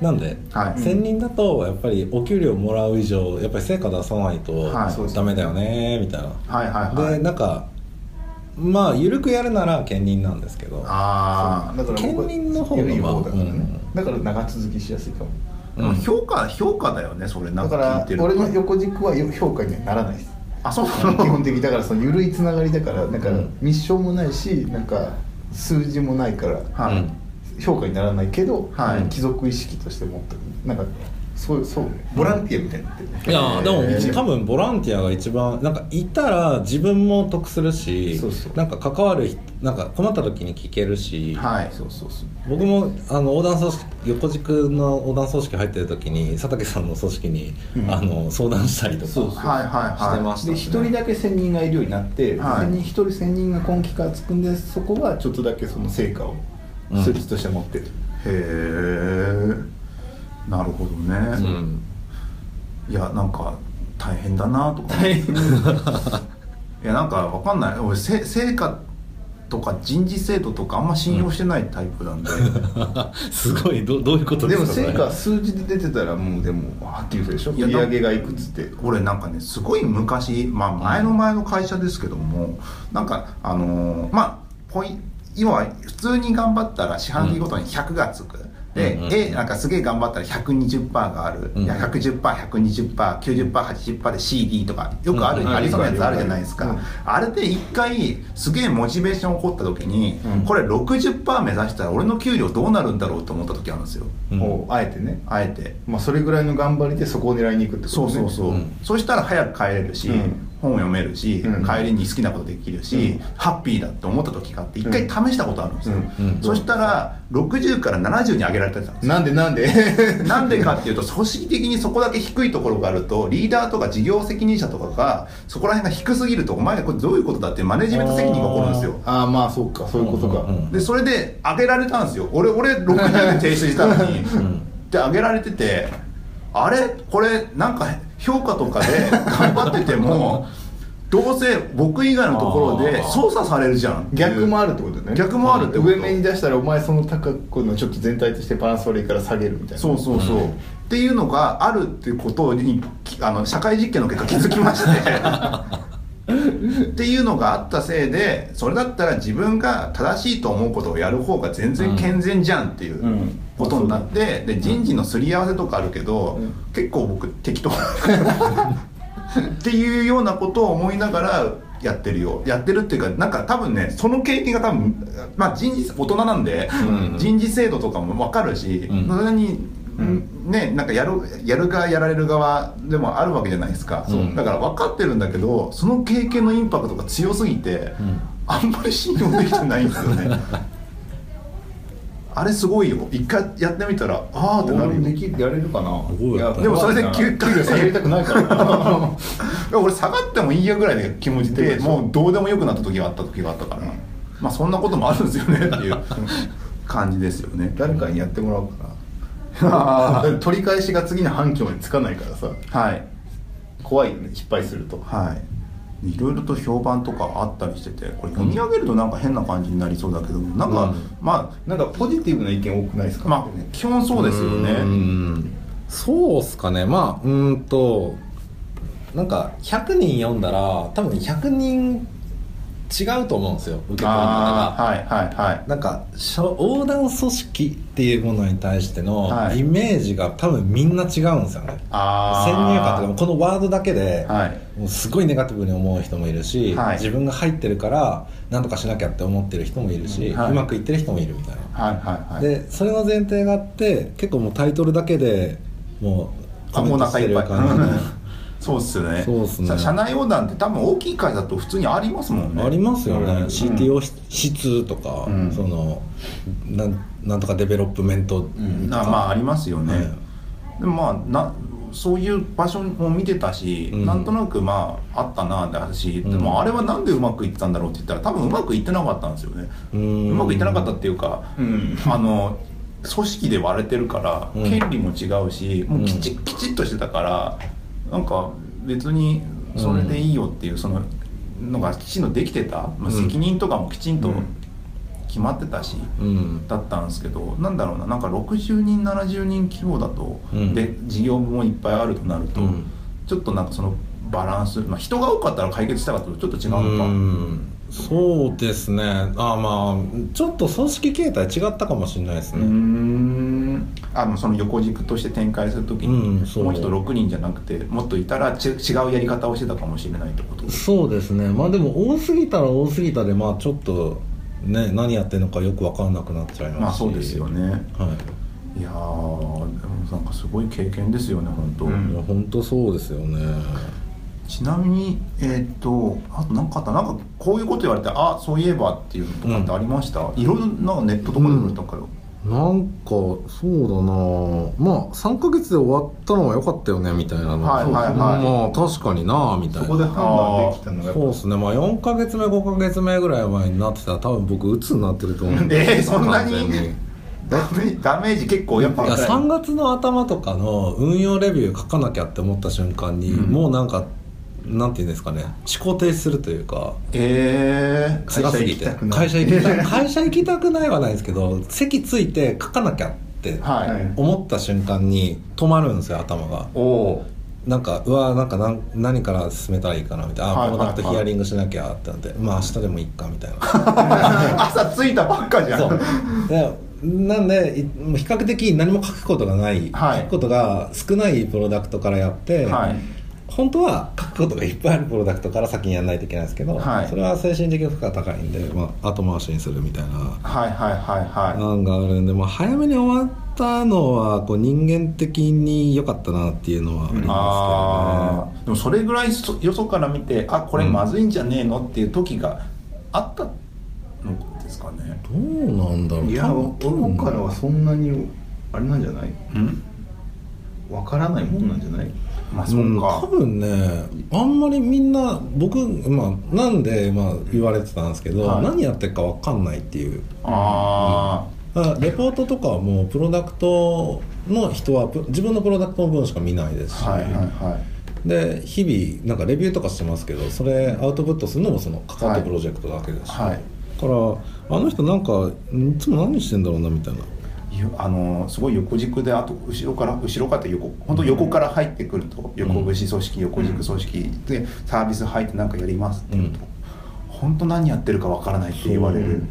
なんで、はい1000人だとやっぱりお給料もらう以上やっぱり成果出さないとはいそうですダメだよねみたいな、はいはいはでいなんかまあ緩くやるなら兼任なんですけどああだから僕は県民の方が緩い方だからね、うんだから長続きしやすいかもでも評価評価だよねそれなだんかか聞いてらると俺の横軸はよ評価にはならないですあそう基なの本的にだからその緩いつながりだからなんかうんミッションもないしなんか数字もないからはい、うん評価にならないけど、はい貴族意識として持ってるなんかそうそうねボランティアみたいになってるねいやでもへー多分ボランティアが一番なんかいたら自分も得するしそうそうなんか関わる人なんか困った時に聞けるし、はいそうそうそう僕もあの横断組織横軸の横断組織入ってる時に佐竹さんの組織に、うんあの相談したりとかそうそうはいはいしてまはしでたね一人だけ専任がいるようになって、はい千人一人専任が今期からつくんでそこはちょっとだけその成果をうん数値として持ってる、いへえなるほどね、うんいやなんか大変だなとか いやなんかわかんない俺せ成果とか人事制度とかあんま信用してないタイプなんで、すごいどどういうことでですもかそれ成果は数字で出てたらもうでもはっきりするでしょいや売り上げがいくつって俺なんかねすごい昔、まあ、前の前の会社ですけどもなんかあのーまあポイ今は普通に頑張ったら四半期ごとに100がつく、で、うんうん A なんかすげえ頑張ったら120%がある、うんいや 110%120%90%80% で CD とかよくある、うんありそうなやつあるじゃないですか、うんあれで一回すげえモチベーション起こった時に、うんこれ60%目指したら俺の給料どうなるんだろうと思った時あるんですようんもうあえてね、あえてまあ、それぐらいの頑張りでそこを狙いに行くってことそうねそうそう、うんそしたら早く帰れるし、うん本読めるし、うん帰りに好きなことできるし、うんハッピーだって思った時があって一回試したことあるんですよ、うんうんそしたら60から70に上げられてたん ですよなんでなんでなんでかっていうと組織的にそこだけ低いところがあるとリーダーとか事業責任者とかがそこら辺が低すぎるとお前これどういうことだってマネジメント責任が起こるんですよああまあそうかそういうことか、うんうんうんでそれで上げられたんですよ俺俺60で提出したのに、で上げられててあれこれなんか評価とかで頑張っててもどうせ僕以外のところで操作されるじゃん逆もああるってことだね逆もあるってこと上目に出したらお前その高くのちょっと全体としてバランス悪いから下げるみたいなそうそうそう、っていうのがあるっていうことにきあの社会実験の結果気づきましてっていうのがあったせいでそれだったら自分が正しいと思うことをやる方が全然健全じゃんっていう、うんことになってで人事のすり合わせとかあるけど、うん結構僕適当っていうようなことを思いながらやってるよやってるっていうかなんか多分ねその経験が多分、まあ、人事大人なんで、うん人事制度とかも分かるし、うんそれに、うんねなんかやるやる側やられる側でもあるわけじゃないですか、うんだから分かってるんだけどその経験のインパクトが強すぎて、ん あんまり信用できてないんですよね。あれすごいよ一回やってみたらああってなる俺よもできやれるかなすごいでもそれで給給料下げたくないから 俺下がってもいいやぐらいの気持ちでもうどうでもよくなった時があった時があったから、まあそんなこともあるんですよねって いう感じですよね誰かにやってもらおうかなは だって取り返しが次の反響につかないからさい怖いよね失敗するとはいいろいろと評判とかあったりしててこれ読み上げるとなんか変な感じになりそうだけどもなんか、まなんかポジティブな意見多くないですあか、まあ基本そうですよねうんそうっすかねまあうーんとなんか100人読んだら多分100人違うと思うんですよ受け取り方ああが。はいはいはいなんかしょ横断組織っていうものに対してのはいイメージが多分みんな違うんですよね、ああ先入観というかもうこのワードだけで、はいもうすごいネガティブに思う人もいるし、はい自分が入ってるから何とかしなきゃって思ってる人もいるし、うんはいうまくいってる人もいるみたいな、はいはいはいでそれの前提があって結構もうタイトルだけでもうあもうお腹いっぱい感じで そうっすよねそうっすねさ社内横断って多分大きい会だと普通にありますもんねありますよね、うん CTO 室とか、うんそのなんなんとかデベロップメントとか、なまあありますよね、はいでもまあなそういう場所も見てたし、うんなんとなくまああったなって話でんもあれはなんでうまくいったんだろうって言ったら多分うまくいってなかったんですよねううんまくいってなかったっていうか、うんあの組織で割れてるから、うん権利も違うしもうきち,、きちっとしてたからなんか別にそれでいいよっていうそののがきちんとできてた、まあ、責任とかもきちんと決まってたし、うんだったんですけどなんだろうななんか60人70人規模だと、うんで事業部もいっぱいあるとなると、うんちょっとなんかそのバランス、まあ、人が多かったら解決したかったとちょっと違ううのか、んそうですねあまあちょっと組織形態違ったかもしれないですうーね、んあのその横軸として展開するときに、うんそうもう一人6人じゃなくてもっといたらち違うやり方をしてたかもしれないってことそうですねまあでも多すぎたら多すぎたでまあちょっとね何やってるのかよく分かんなくなっちゃいますしまあそうですよねはいいやーでもなんかすごい経験ですよね本当、いや本当そうですよねちなみにえっ、とあと何かあったなんかこういうこと言われてあそういえばっていうのとかってありました、いろいろなんかネットとかで見たから、なんかそうだなまあ3ヶ月で終わったのは良かったよねみたいなのはいはいはいまあ確かになみたいなそこで判断できたのがやっぱそうですねまあ4ヶ月目5ヶ月目ぐらい前になってたら多分僕鬱になってると思うんえーそんなに完全ダメダメージ結構やっぱいや3月の頭とかの運用レビュー書かなきゃって思った瞬間に、もうなんかなんていうんですかね思考停止するというかえー辛すぎて会社行き たくない会社行きたくないはないですけど席ついて書かなきゃってはい、はい思った瞬間に止まるんですよ頭がお おなんかうわなんかなん何から進めたらいいかなみたいな、はいあプロダクはトいヒはいアリングしなきゃってなってまあ明日でもいいかみたいな朝着いたばっかじゃん そうでなんでいもう比較的何も書くことがない、はい書くことが少ないプロダクトからやって、はい本当は書くことがいっぱいあるプロダクトから先にやらないといけないんですけど、はいそれは精神的負荷が高いんで、まあ、後回しにするみたいなはいはいはいはい案があるんで、まあ、早めに終わったのはこう人間的に良かったなっていうのはありまあーでもそれぐらいそよそから見てあこれまずいんじゃねえのっていう時があったのですかねすけどねどうなんだろういや多分俺からはそんなにあれなんじゃないうんわからないもんなんじゃないまあそうんう多か、分ねあんまりみんな僕、まあ、なんで、まあ、言われてたんですけど、はい何やってるか分かんないっていうああだからレポートとかはもうプロダクトの人はプ自分のプロダクトの分しか見ないですし、はいはいはいで日々なんかレビューとかしてますけどそれアウトプットするのもその関わったプロジェクトだけですし、はいだからあの人なんかいつも何してんだろうなみたいな。ゆあのすごい横軸であと後ろから後ろからって横本当横から入ってくると横串組織横軸組織でサービス入ってなんかやりますっていうと、うん本当何やってるかわからないって言われる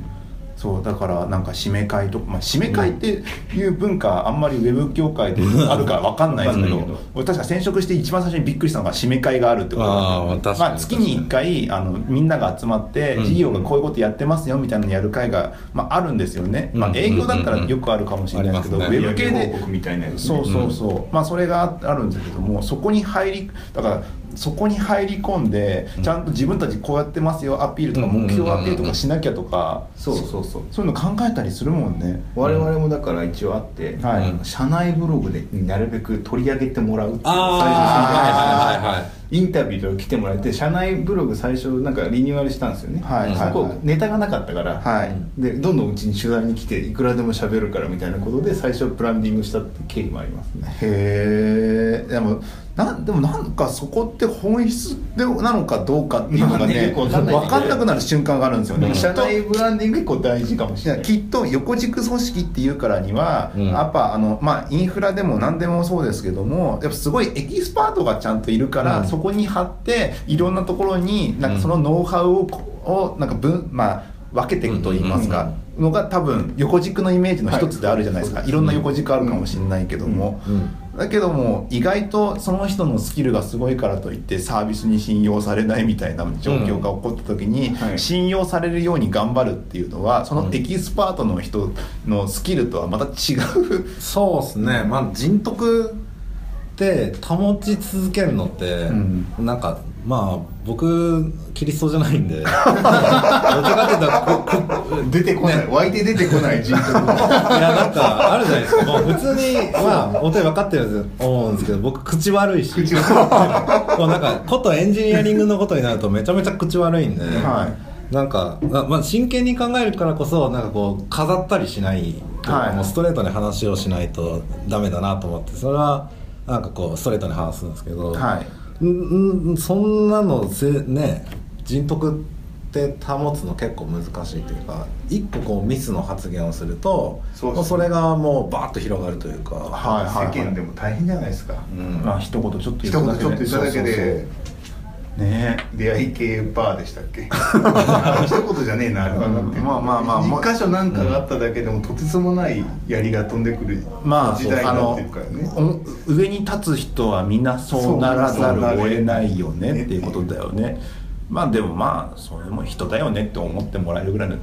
そうだからなんか締め会とか、まあ、締め会っていう文化あんまりウェブ業界であるかわかんないですけどわかんないけ俺確か転職して一番最初にびっくりしたのが締め会があるってことあーだままあ確かにあ月に1回あのみんなが集まってうん事業がこういうことやってますよみたいなのやる会が、まあ、あるんですよね、まうあ、ん営業だったらよくあるかもしれないですけど、うんうんウありェまブ系予で報告みたいなやつねそうそうそう、まあそれがああるんですけどもそこに入りだからそこに入り込んでちゃんと自分たちこうやってますよアピールとかうんうんうんうん目標アピールとかしなきゃとかそうそうそうそういうの考えたりするもんね我々もだから一応あって、はいうん社内ブログでなるべく取り上げてもらうっていうあーはいはいはいはいインタビューとか来てもらって社内ブログ最初なんかリニューアルしたんですよね、はいそこはいネタがなかったから、はいでどんどんうちに取材に来ていくらでも喋るからみたいなことで最初ブランディングしたって経緯もありますねへえでもなんでもなんかそこって本質でなのかどうかっていうのがまあねねよくわかんない分かんなくなる瞬間があるんですよね、きっ社と内ブランディング結構大事かもしいれやないきっと横軸組織っていうからには、うんやっぱあの、まあ、インフラでも何でもそうですけどもやっぱすごいエキスパートがちゃんといるから、うんそこに貼っていろんなところになんうかんそのノウハウををなんか分、まあ、分けていくといいますか、うんうのんが多分横軸のイメージの一つであるじゃないですか、はいい、ろんな横軸あるかもしれないけども、うんうんだけども意外とその人のスキルがすごいからといってサービスに信用されないみたいな状況が起こった時に、はい信用されるように頑張るっていうのはそのうんエキスパートの人のスキルとはまた違う、そうですねまあ人徳って保ち続けるのって、んなんかまあ僕キリストじゃないんでどっちかっていうとここ出てこない、湧いて出てこない人格がいやなんかあるじゃないですかもう普通にまあお手分かってると思うんですけど僕口悪いし 口こうなんかことエンジニアリングのことになるとめちゃめちゃ口悪いんで、はなんか、ままあ、真剣に考えるからこそなんかこう飾ったりしないとはいもうストレートに話をしないとダメだなと思ってそれはなんかこうストレートに話すんですけど、はいうんうんそんなのせね人徳って保つの結構難しいというか一個こうミスの発言をするとそうですねもうそれがもうバーッと広がるというか、はいはい世間でも大変じゃないですか、うんまあ一言ちょっと一言ちょっと言っただけでそうそうそうね出会い系バーでしたっけ一言じゃねえなあれはだってまあまあまあ一箇所なんかがあっただけでもとてつもない槍が飛んでくるまあ時代にあなっのてるからね、お上に立つ人はみんなそうならざるを得ないよねっていうことだよねまあでもまあそれも人だよねって思ってもらえるぐらいの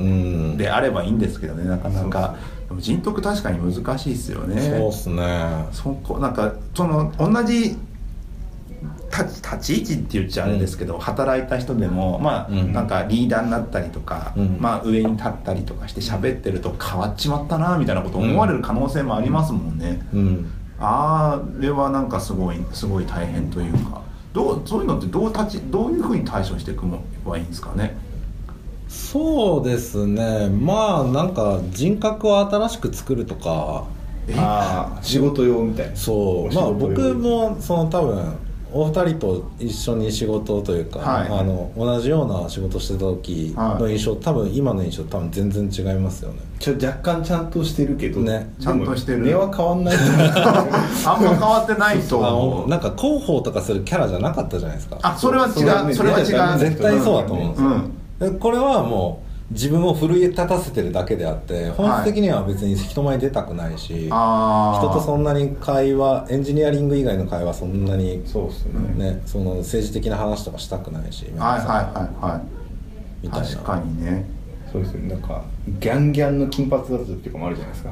うんであればいいんですけどねなかなかでも人徳確かに難しいですよねそうっすねそこなんかその同じ立ち立ち位置って言っちゃあれですけど、働いた人でもまあ、うんなんかリーダーになったりとか、うんまあ、上に立ったりとかして喋ってると変わっちまったなみたいなこと思われる可能性もありますもんね、うんあれはなんかすごいすごい大変というかどうそういうのってどう立ちどういうふうに対処していくのがいいんですかねそうですねまあなんか人格を新しく作るとかああ仕事用みたいなそうまあ僕もその多分お二人と一緒に仕事というか、はいあの同じような仕事してた時の印象、多分今の印象多分全然違いますよねちょ若干ちゃんとしてるけどねちゃんとしてるでも根は変わんないと思うあんま変わってないとあ思のうなんか広報とかするキャラじゃなかったじゃないですかあそれは違そうだねうそれは違う絶対そうだと思うんですよ、うんでこれはもう自分を奮い立たせてるだけであって本質的には別に人前に出たくないし、あ人とのそんなに会話エンジニアリング以外の会話そんなにそうっすねね、その政治的な話とかしたくないし、はいはいはいみはたいいな確かに ねそうですねなんかギャンギャンの金髪だった時とかもあるじゃないですか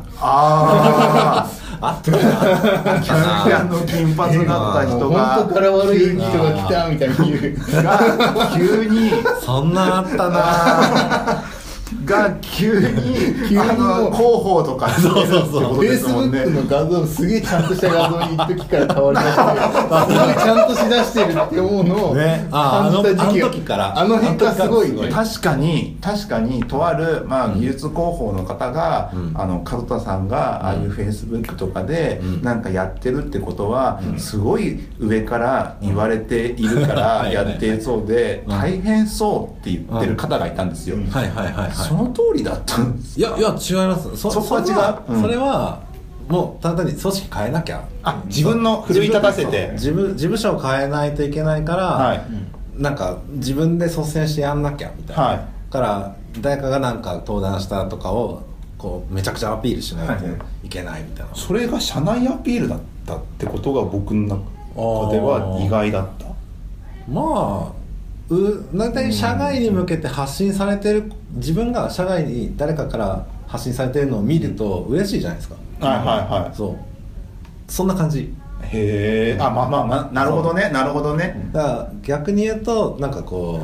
ああったなああキャンキャンの金髪だった人が本当から悪い人が来たみたいに 言うが急にそんなあったなあーが急に 急にあの広報とかしてるってことフェでイすスもブんねックの画像すげえちゃんとした画像に一時から変わりましたけどすごいちゃんとしだしてるって思うのをねあー感じた時期あのあの時からあの辺がすごいね確かに確かにとある、まあ、技術広報の方が、うんあの門田さんがああいうフェイスブックとかで、うんなんかやってるってことは、すごい上から言われているかうん らはいはいやってそうで、うん大変そうって言ってる方がいたんですよ、うんはいはいはいそはの通りだったんですいいやいや違いますそそこは違うれうんそれはもうただ単に組織変えなきゃあ自分の奮い立たせて自分事務所を変えないといけないから、はいなんか自分で率先してやんなきゃみたいな、はいから誰かがなんか登壇したとかをこうめちゃくちゃアピールしないとはいいけないみたいな、それが社内アピールだったってことが僕の中では意外だったまあう大体社外に向けて発信されてる自分が社外に誰かから発信されてるのを見ると嬉しいじゃないですか、はいはいはいそうそんな感じへえあまあまあまあなるほどねなるほどねだから逆に言うとなんかこ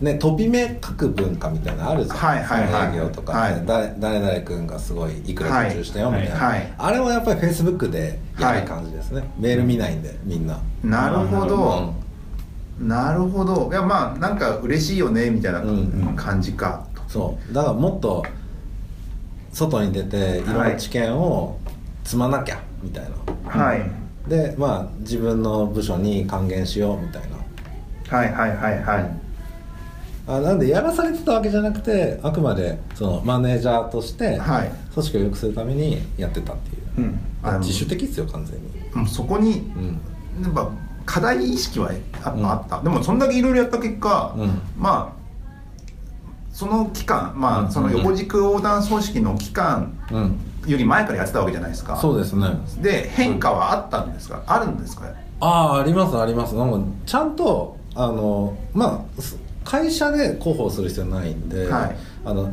うね飛び目書く文化みたいなのあるじゃん、はいはいはいその営業とか、ねはいだ誰々君がすごいいくら受注したよみはたいいな、はいはいあれもやっぱりフェイスブックでやる感じですね、メール見ないんでみんななるほうんどなるほどいやまあなんか嬉しいよねみたいなうん感じか、そうだからもっと外に出ていろんな知見を積まなきゃみたいな、はいでまあ自分の部署に還元しようみたいなはいはいはいはい、あなんでやらされてたわけじゃなくてあくまでそのマネージャーとしてはい組織を良くするためにやってたっていう、うんあの自主的ですよ完全に、うんそこにうん、やっぱ課題意識はあうんあった、でもそんだけいろいろやった結果、うんまあその期間うまんあその横軸横断組織の期間うん、より前からやってたわけじゃないですかそうですねで変化はあったんですかあるんですかああありますありますなんかちゃんとあのまあす会社で広報する必要ないんで、はいあの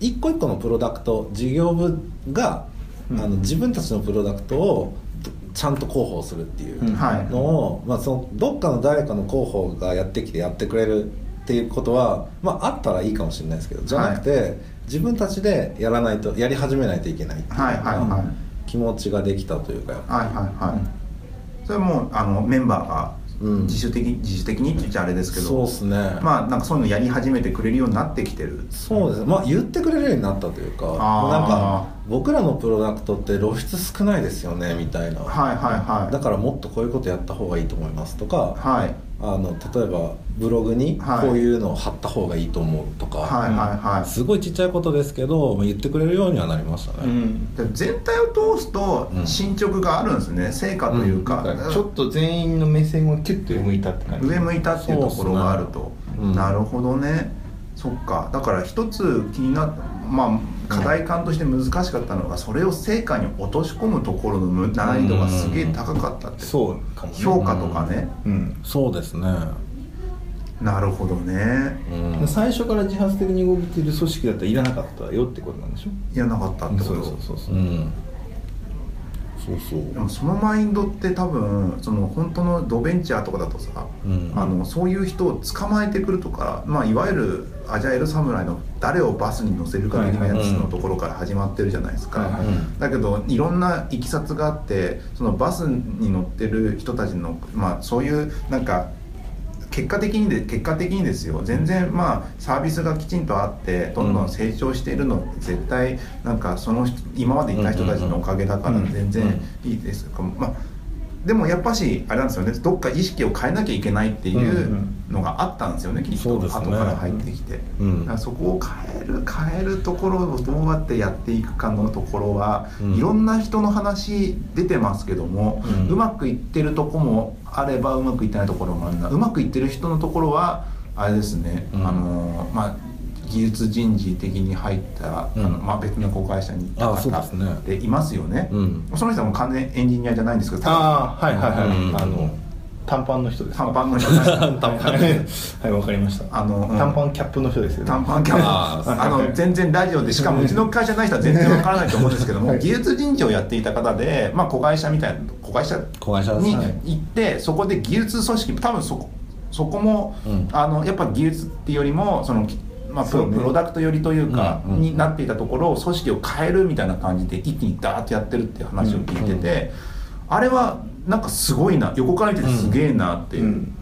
一個一個のプロダクト事業部が、あの自分たちのプロダクトをどちゃんと広報するっていううんはいのを、まあ、そのどっかの誰かの広報がやってきてやってくれるっていうことは、まあ、あったらいいかもしれないですけどじゃなくて、自分たちでやらないとやり始めないといけないっていう、はいはいはい気持ちができたというかはいはいはいそれはもうあのメンバーがうん自主的に、自主的にって言っちゃあれですけどそうですねまあなんかそういうのやり始めてくれるようになってきてるそうですねまあ言ってくれるようになったというかあーなんか僕らのプロダクトって露出少ないですよねみたいな、はいはいだはからもっとこういうことやった方がいいと思いますとか、いはいあの例えばブログにはいこういうのを貼った方がいいと思うとか、はいはいはいすごいちっちゃいことですけどまあ言ってくれるようにはなりましたね、で全体を通すとうん進捗があるんですね、成果というか,、なんかちょっと全員の目線をキュッと上向いたって感じ上向いたっていうところがあると、そうっすねうんなるほどねそっかだから一つ気になったまあ課題感として難しかったのがそれを成果に落とし込むところのむ難易度がすげえ高かったって、そうかもね評価とかね、うんそうですねなるほどねうん最初から自発的に動いてる組織だったらいらなかったよってことなんでしょいらなかったってこと、そうそうんそうそうでもそのマインドって多分その本当のドベンチャーとかだとさ、うんあのそういう人を捕まえてくるとか、まあ、いわゆるアジャイル侍の誰をバスに乗せるかみたいなやつのところから始まってるじゃないですはいかは。うんだけどいろんないきさつがあってそのバスに乗ってる人たちの、まあ、そういうなんか結果的にで結果的にですよ全然まあサービスがきちんとあってどんどん成長しているのって絶対なんかその人今までいた人たちのおかげだから全然いいですか、まあでもやっぱしあれなんですよねどっか意識を変えなきゃいけないっていうのがあったんですよね、きっそうと、ですね後から入ってきて、うんだからそこを変える変えるところをどうやってやっていくかのところは、うんいろんな人の話出てますけども、ううんまくいってるとこもあればうまくいってないところもあるなうまくいってる人のところはあれですね、うんあのまあ技術人事的に入った、うんあのまあ、別の公開者に行ったあそうですね方でいますよねうんその人はもう完全エンジニアじゃないんですけどああはいはいはい、うんあの短パンの人です短パンの人なんです 短パンはい わかりましたあのうん短パンキャップの人ですよね短パンキャあパあの全然ラジオでしかもうちの会社ない人は全然わからないと思うんですけども、技術人事をやっていた方で、まあ、子会社みたいな子会社子会社ですにね行ってそこで技術組織多分そこそこも、うんあのやっぱ技術っていうよりもその、まあ、プそロうねプロダクト寄りというか、うんうんになっていたところを組織を変えるみたいな感じで一気にダーッとやってるっていう話を聞いてて、あれはなんかすごいな横から見ててすげえなっていう、うん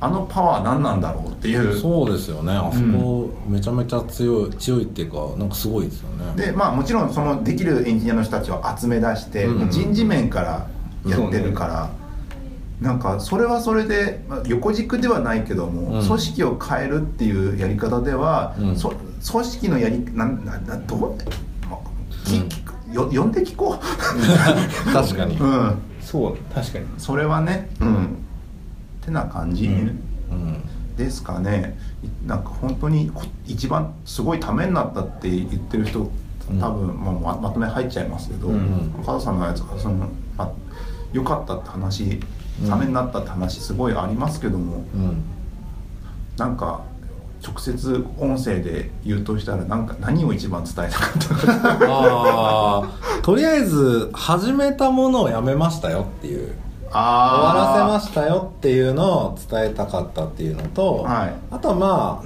あのパワー何なんだろうっていう。そうですよねあそこめちゃめちゃ強い、強いっていうかなんかすごいですよねでまあもちろんそのできるエンジニアの人たちを集め出して、うん人事面からやってるから、なんかそれはそれで、まあ、横軸ではないけども、うん組織を変えるっていうやり方では、うんそ組織のやりなんななどうまあききよ呼んで聞こ 確かにう、うん、そう確かにそれはねうんてな感じ、うんうんですかねいなんか本当にこ一番すごいためになったって言ってる人うん多分、まあままとめ入っちゃいますけど、うん加藤さんのやつがその、ま、良かったって話ためになったって話すごいありますけども、うんなんか直接音声で言うとしたらなんか何を一番伝えたかったか ああとりあえず始めたものをやめましたよっていうあー終わらせましたよっていうのを伝えたかったっていうのと、はいあとはま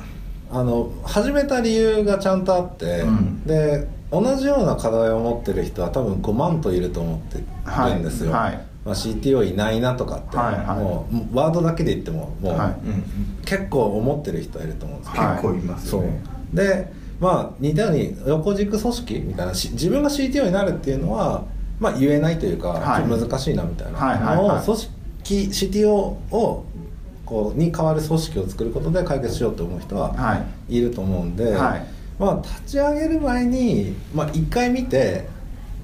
ああの始めた理由がちゃんとあって、うんで同じような課題を持ってる人は多分5万といると思ってるんですよ、はいはいまあ、CTO いないなとかって、はいはいもうワードだけで言ってももう、はい結構思ってる人はいると思うんですけど、はい結構いますそようね、でまあ似たように横軸組織みたいなし自分が CTO になるっていうのは、まあ、言えないというか、はいちょっと難しいなみたいな、はいはいはいのを組織 CTO をこうに代わる組織を作ることで解決しようと思う人ははいいると思うんで、はいまあ、立ち上げる前に、まあ、1回見て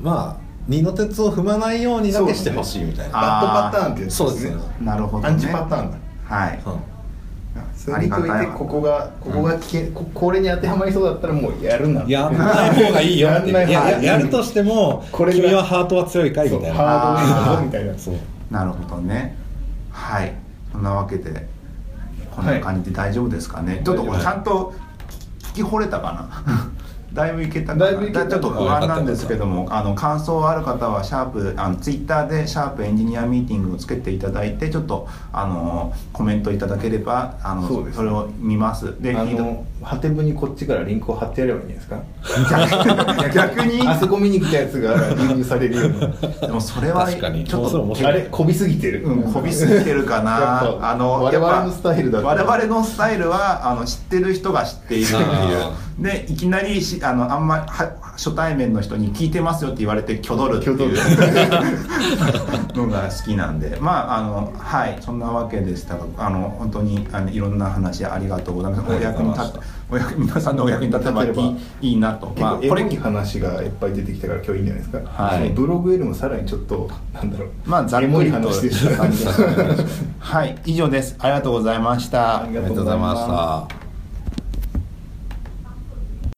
まあ二の鉄を踏まないようにだけしてほしいみたいなあーバッドパターンってやつそうですねなるほど、ね、アンチパターンだはいうんそれにありといがたていわここがここが危険ここれに当てはまりそうだったらもうやるなやんない方がいいよっていややんない方がいいややるとしてもこれが君はハートは強いかいそみうたいなハードウェイだぞみたいなそうなるほどねはいそんなわけでこんな感じで大丈夫ですかね、ちょっとこれちゃんと聞き惚れたかな だいぶいけたかなだいぶいけたちょっと不安なんですけどもあの感想ある方はシャープあのツイッターで「シャープエンジニアミーティング」をつけていただいてちょっとあのコメントいただければあのそうそですれを見ますであひどの果て部にこっちからリンクを貼ってやればいいんじゃないで逆す逆にかあそこ見に来たやつが流入されるようでなもそれは確かにちょっもうそれと面白いあれこびすぎてる、うん、こびすぎてるかやっなぱあの我々やっぱのスタイルだと我々のスタイルはあの知ってる人が知っているってあいうでいきなりしあのあんまは初対面の人に聞いてますよって言われて挙取るって挙い取るう のが好きなんでまああのはいそんなわけでしたがあの本当にあのいろんな話ありがとうございますお役に立ってお役皆さんのお役に立てばい立てれいいいなと、結まあ、構エこモれい話がいっぱい出てきたから今日いいんじゃないですか、はいそのブログよりもさらにちょっとなんだろうまあざっエくモいりと話でした はい以上ですありがとうございましたありがとうございましたありがとうございました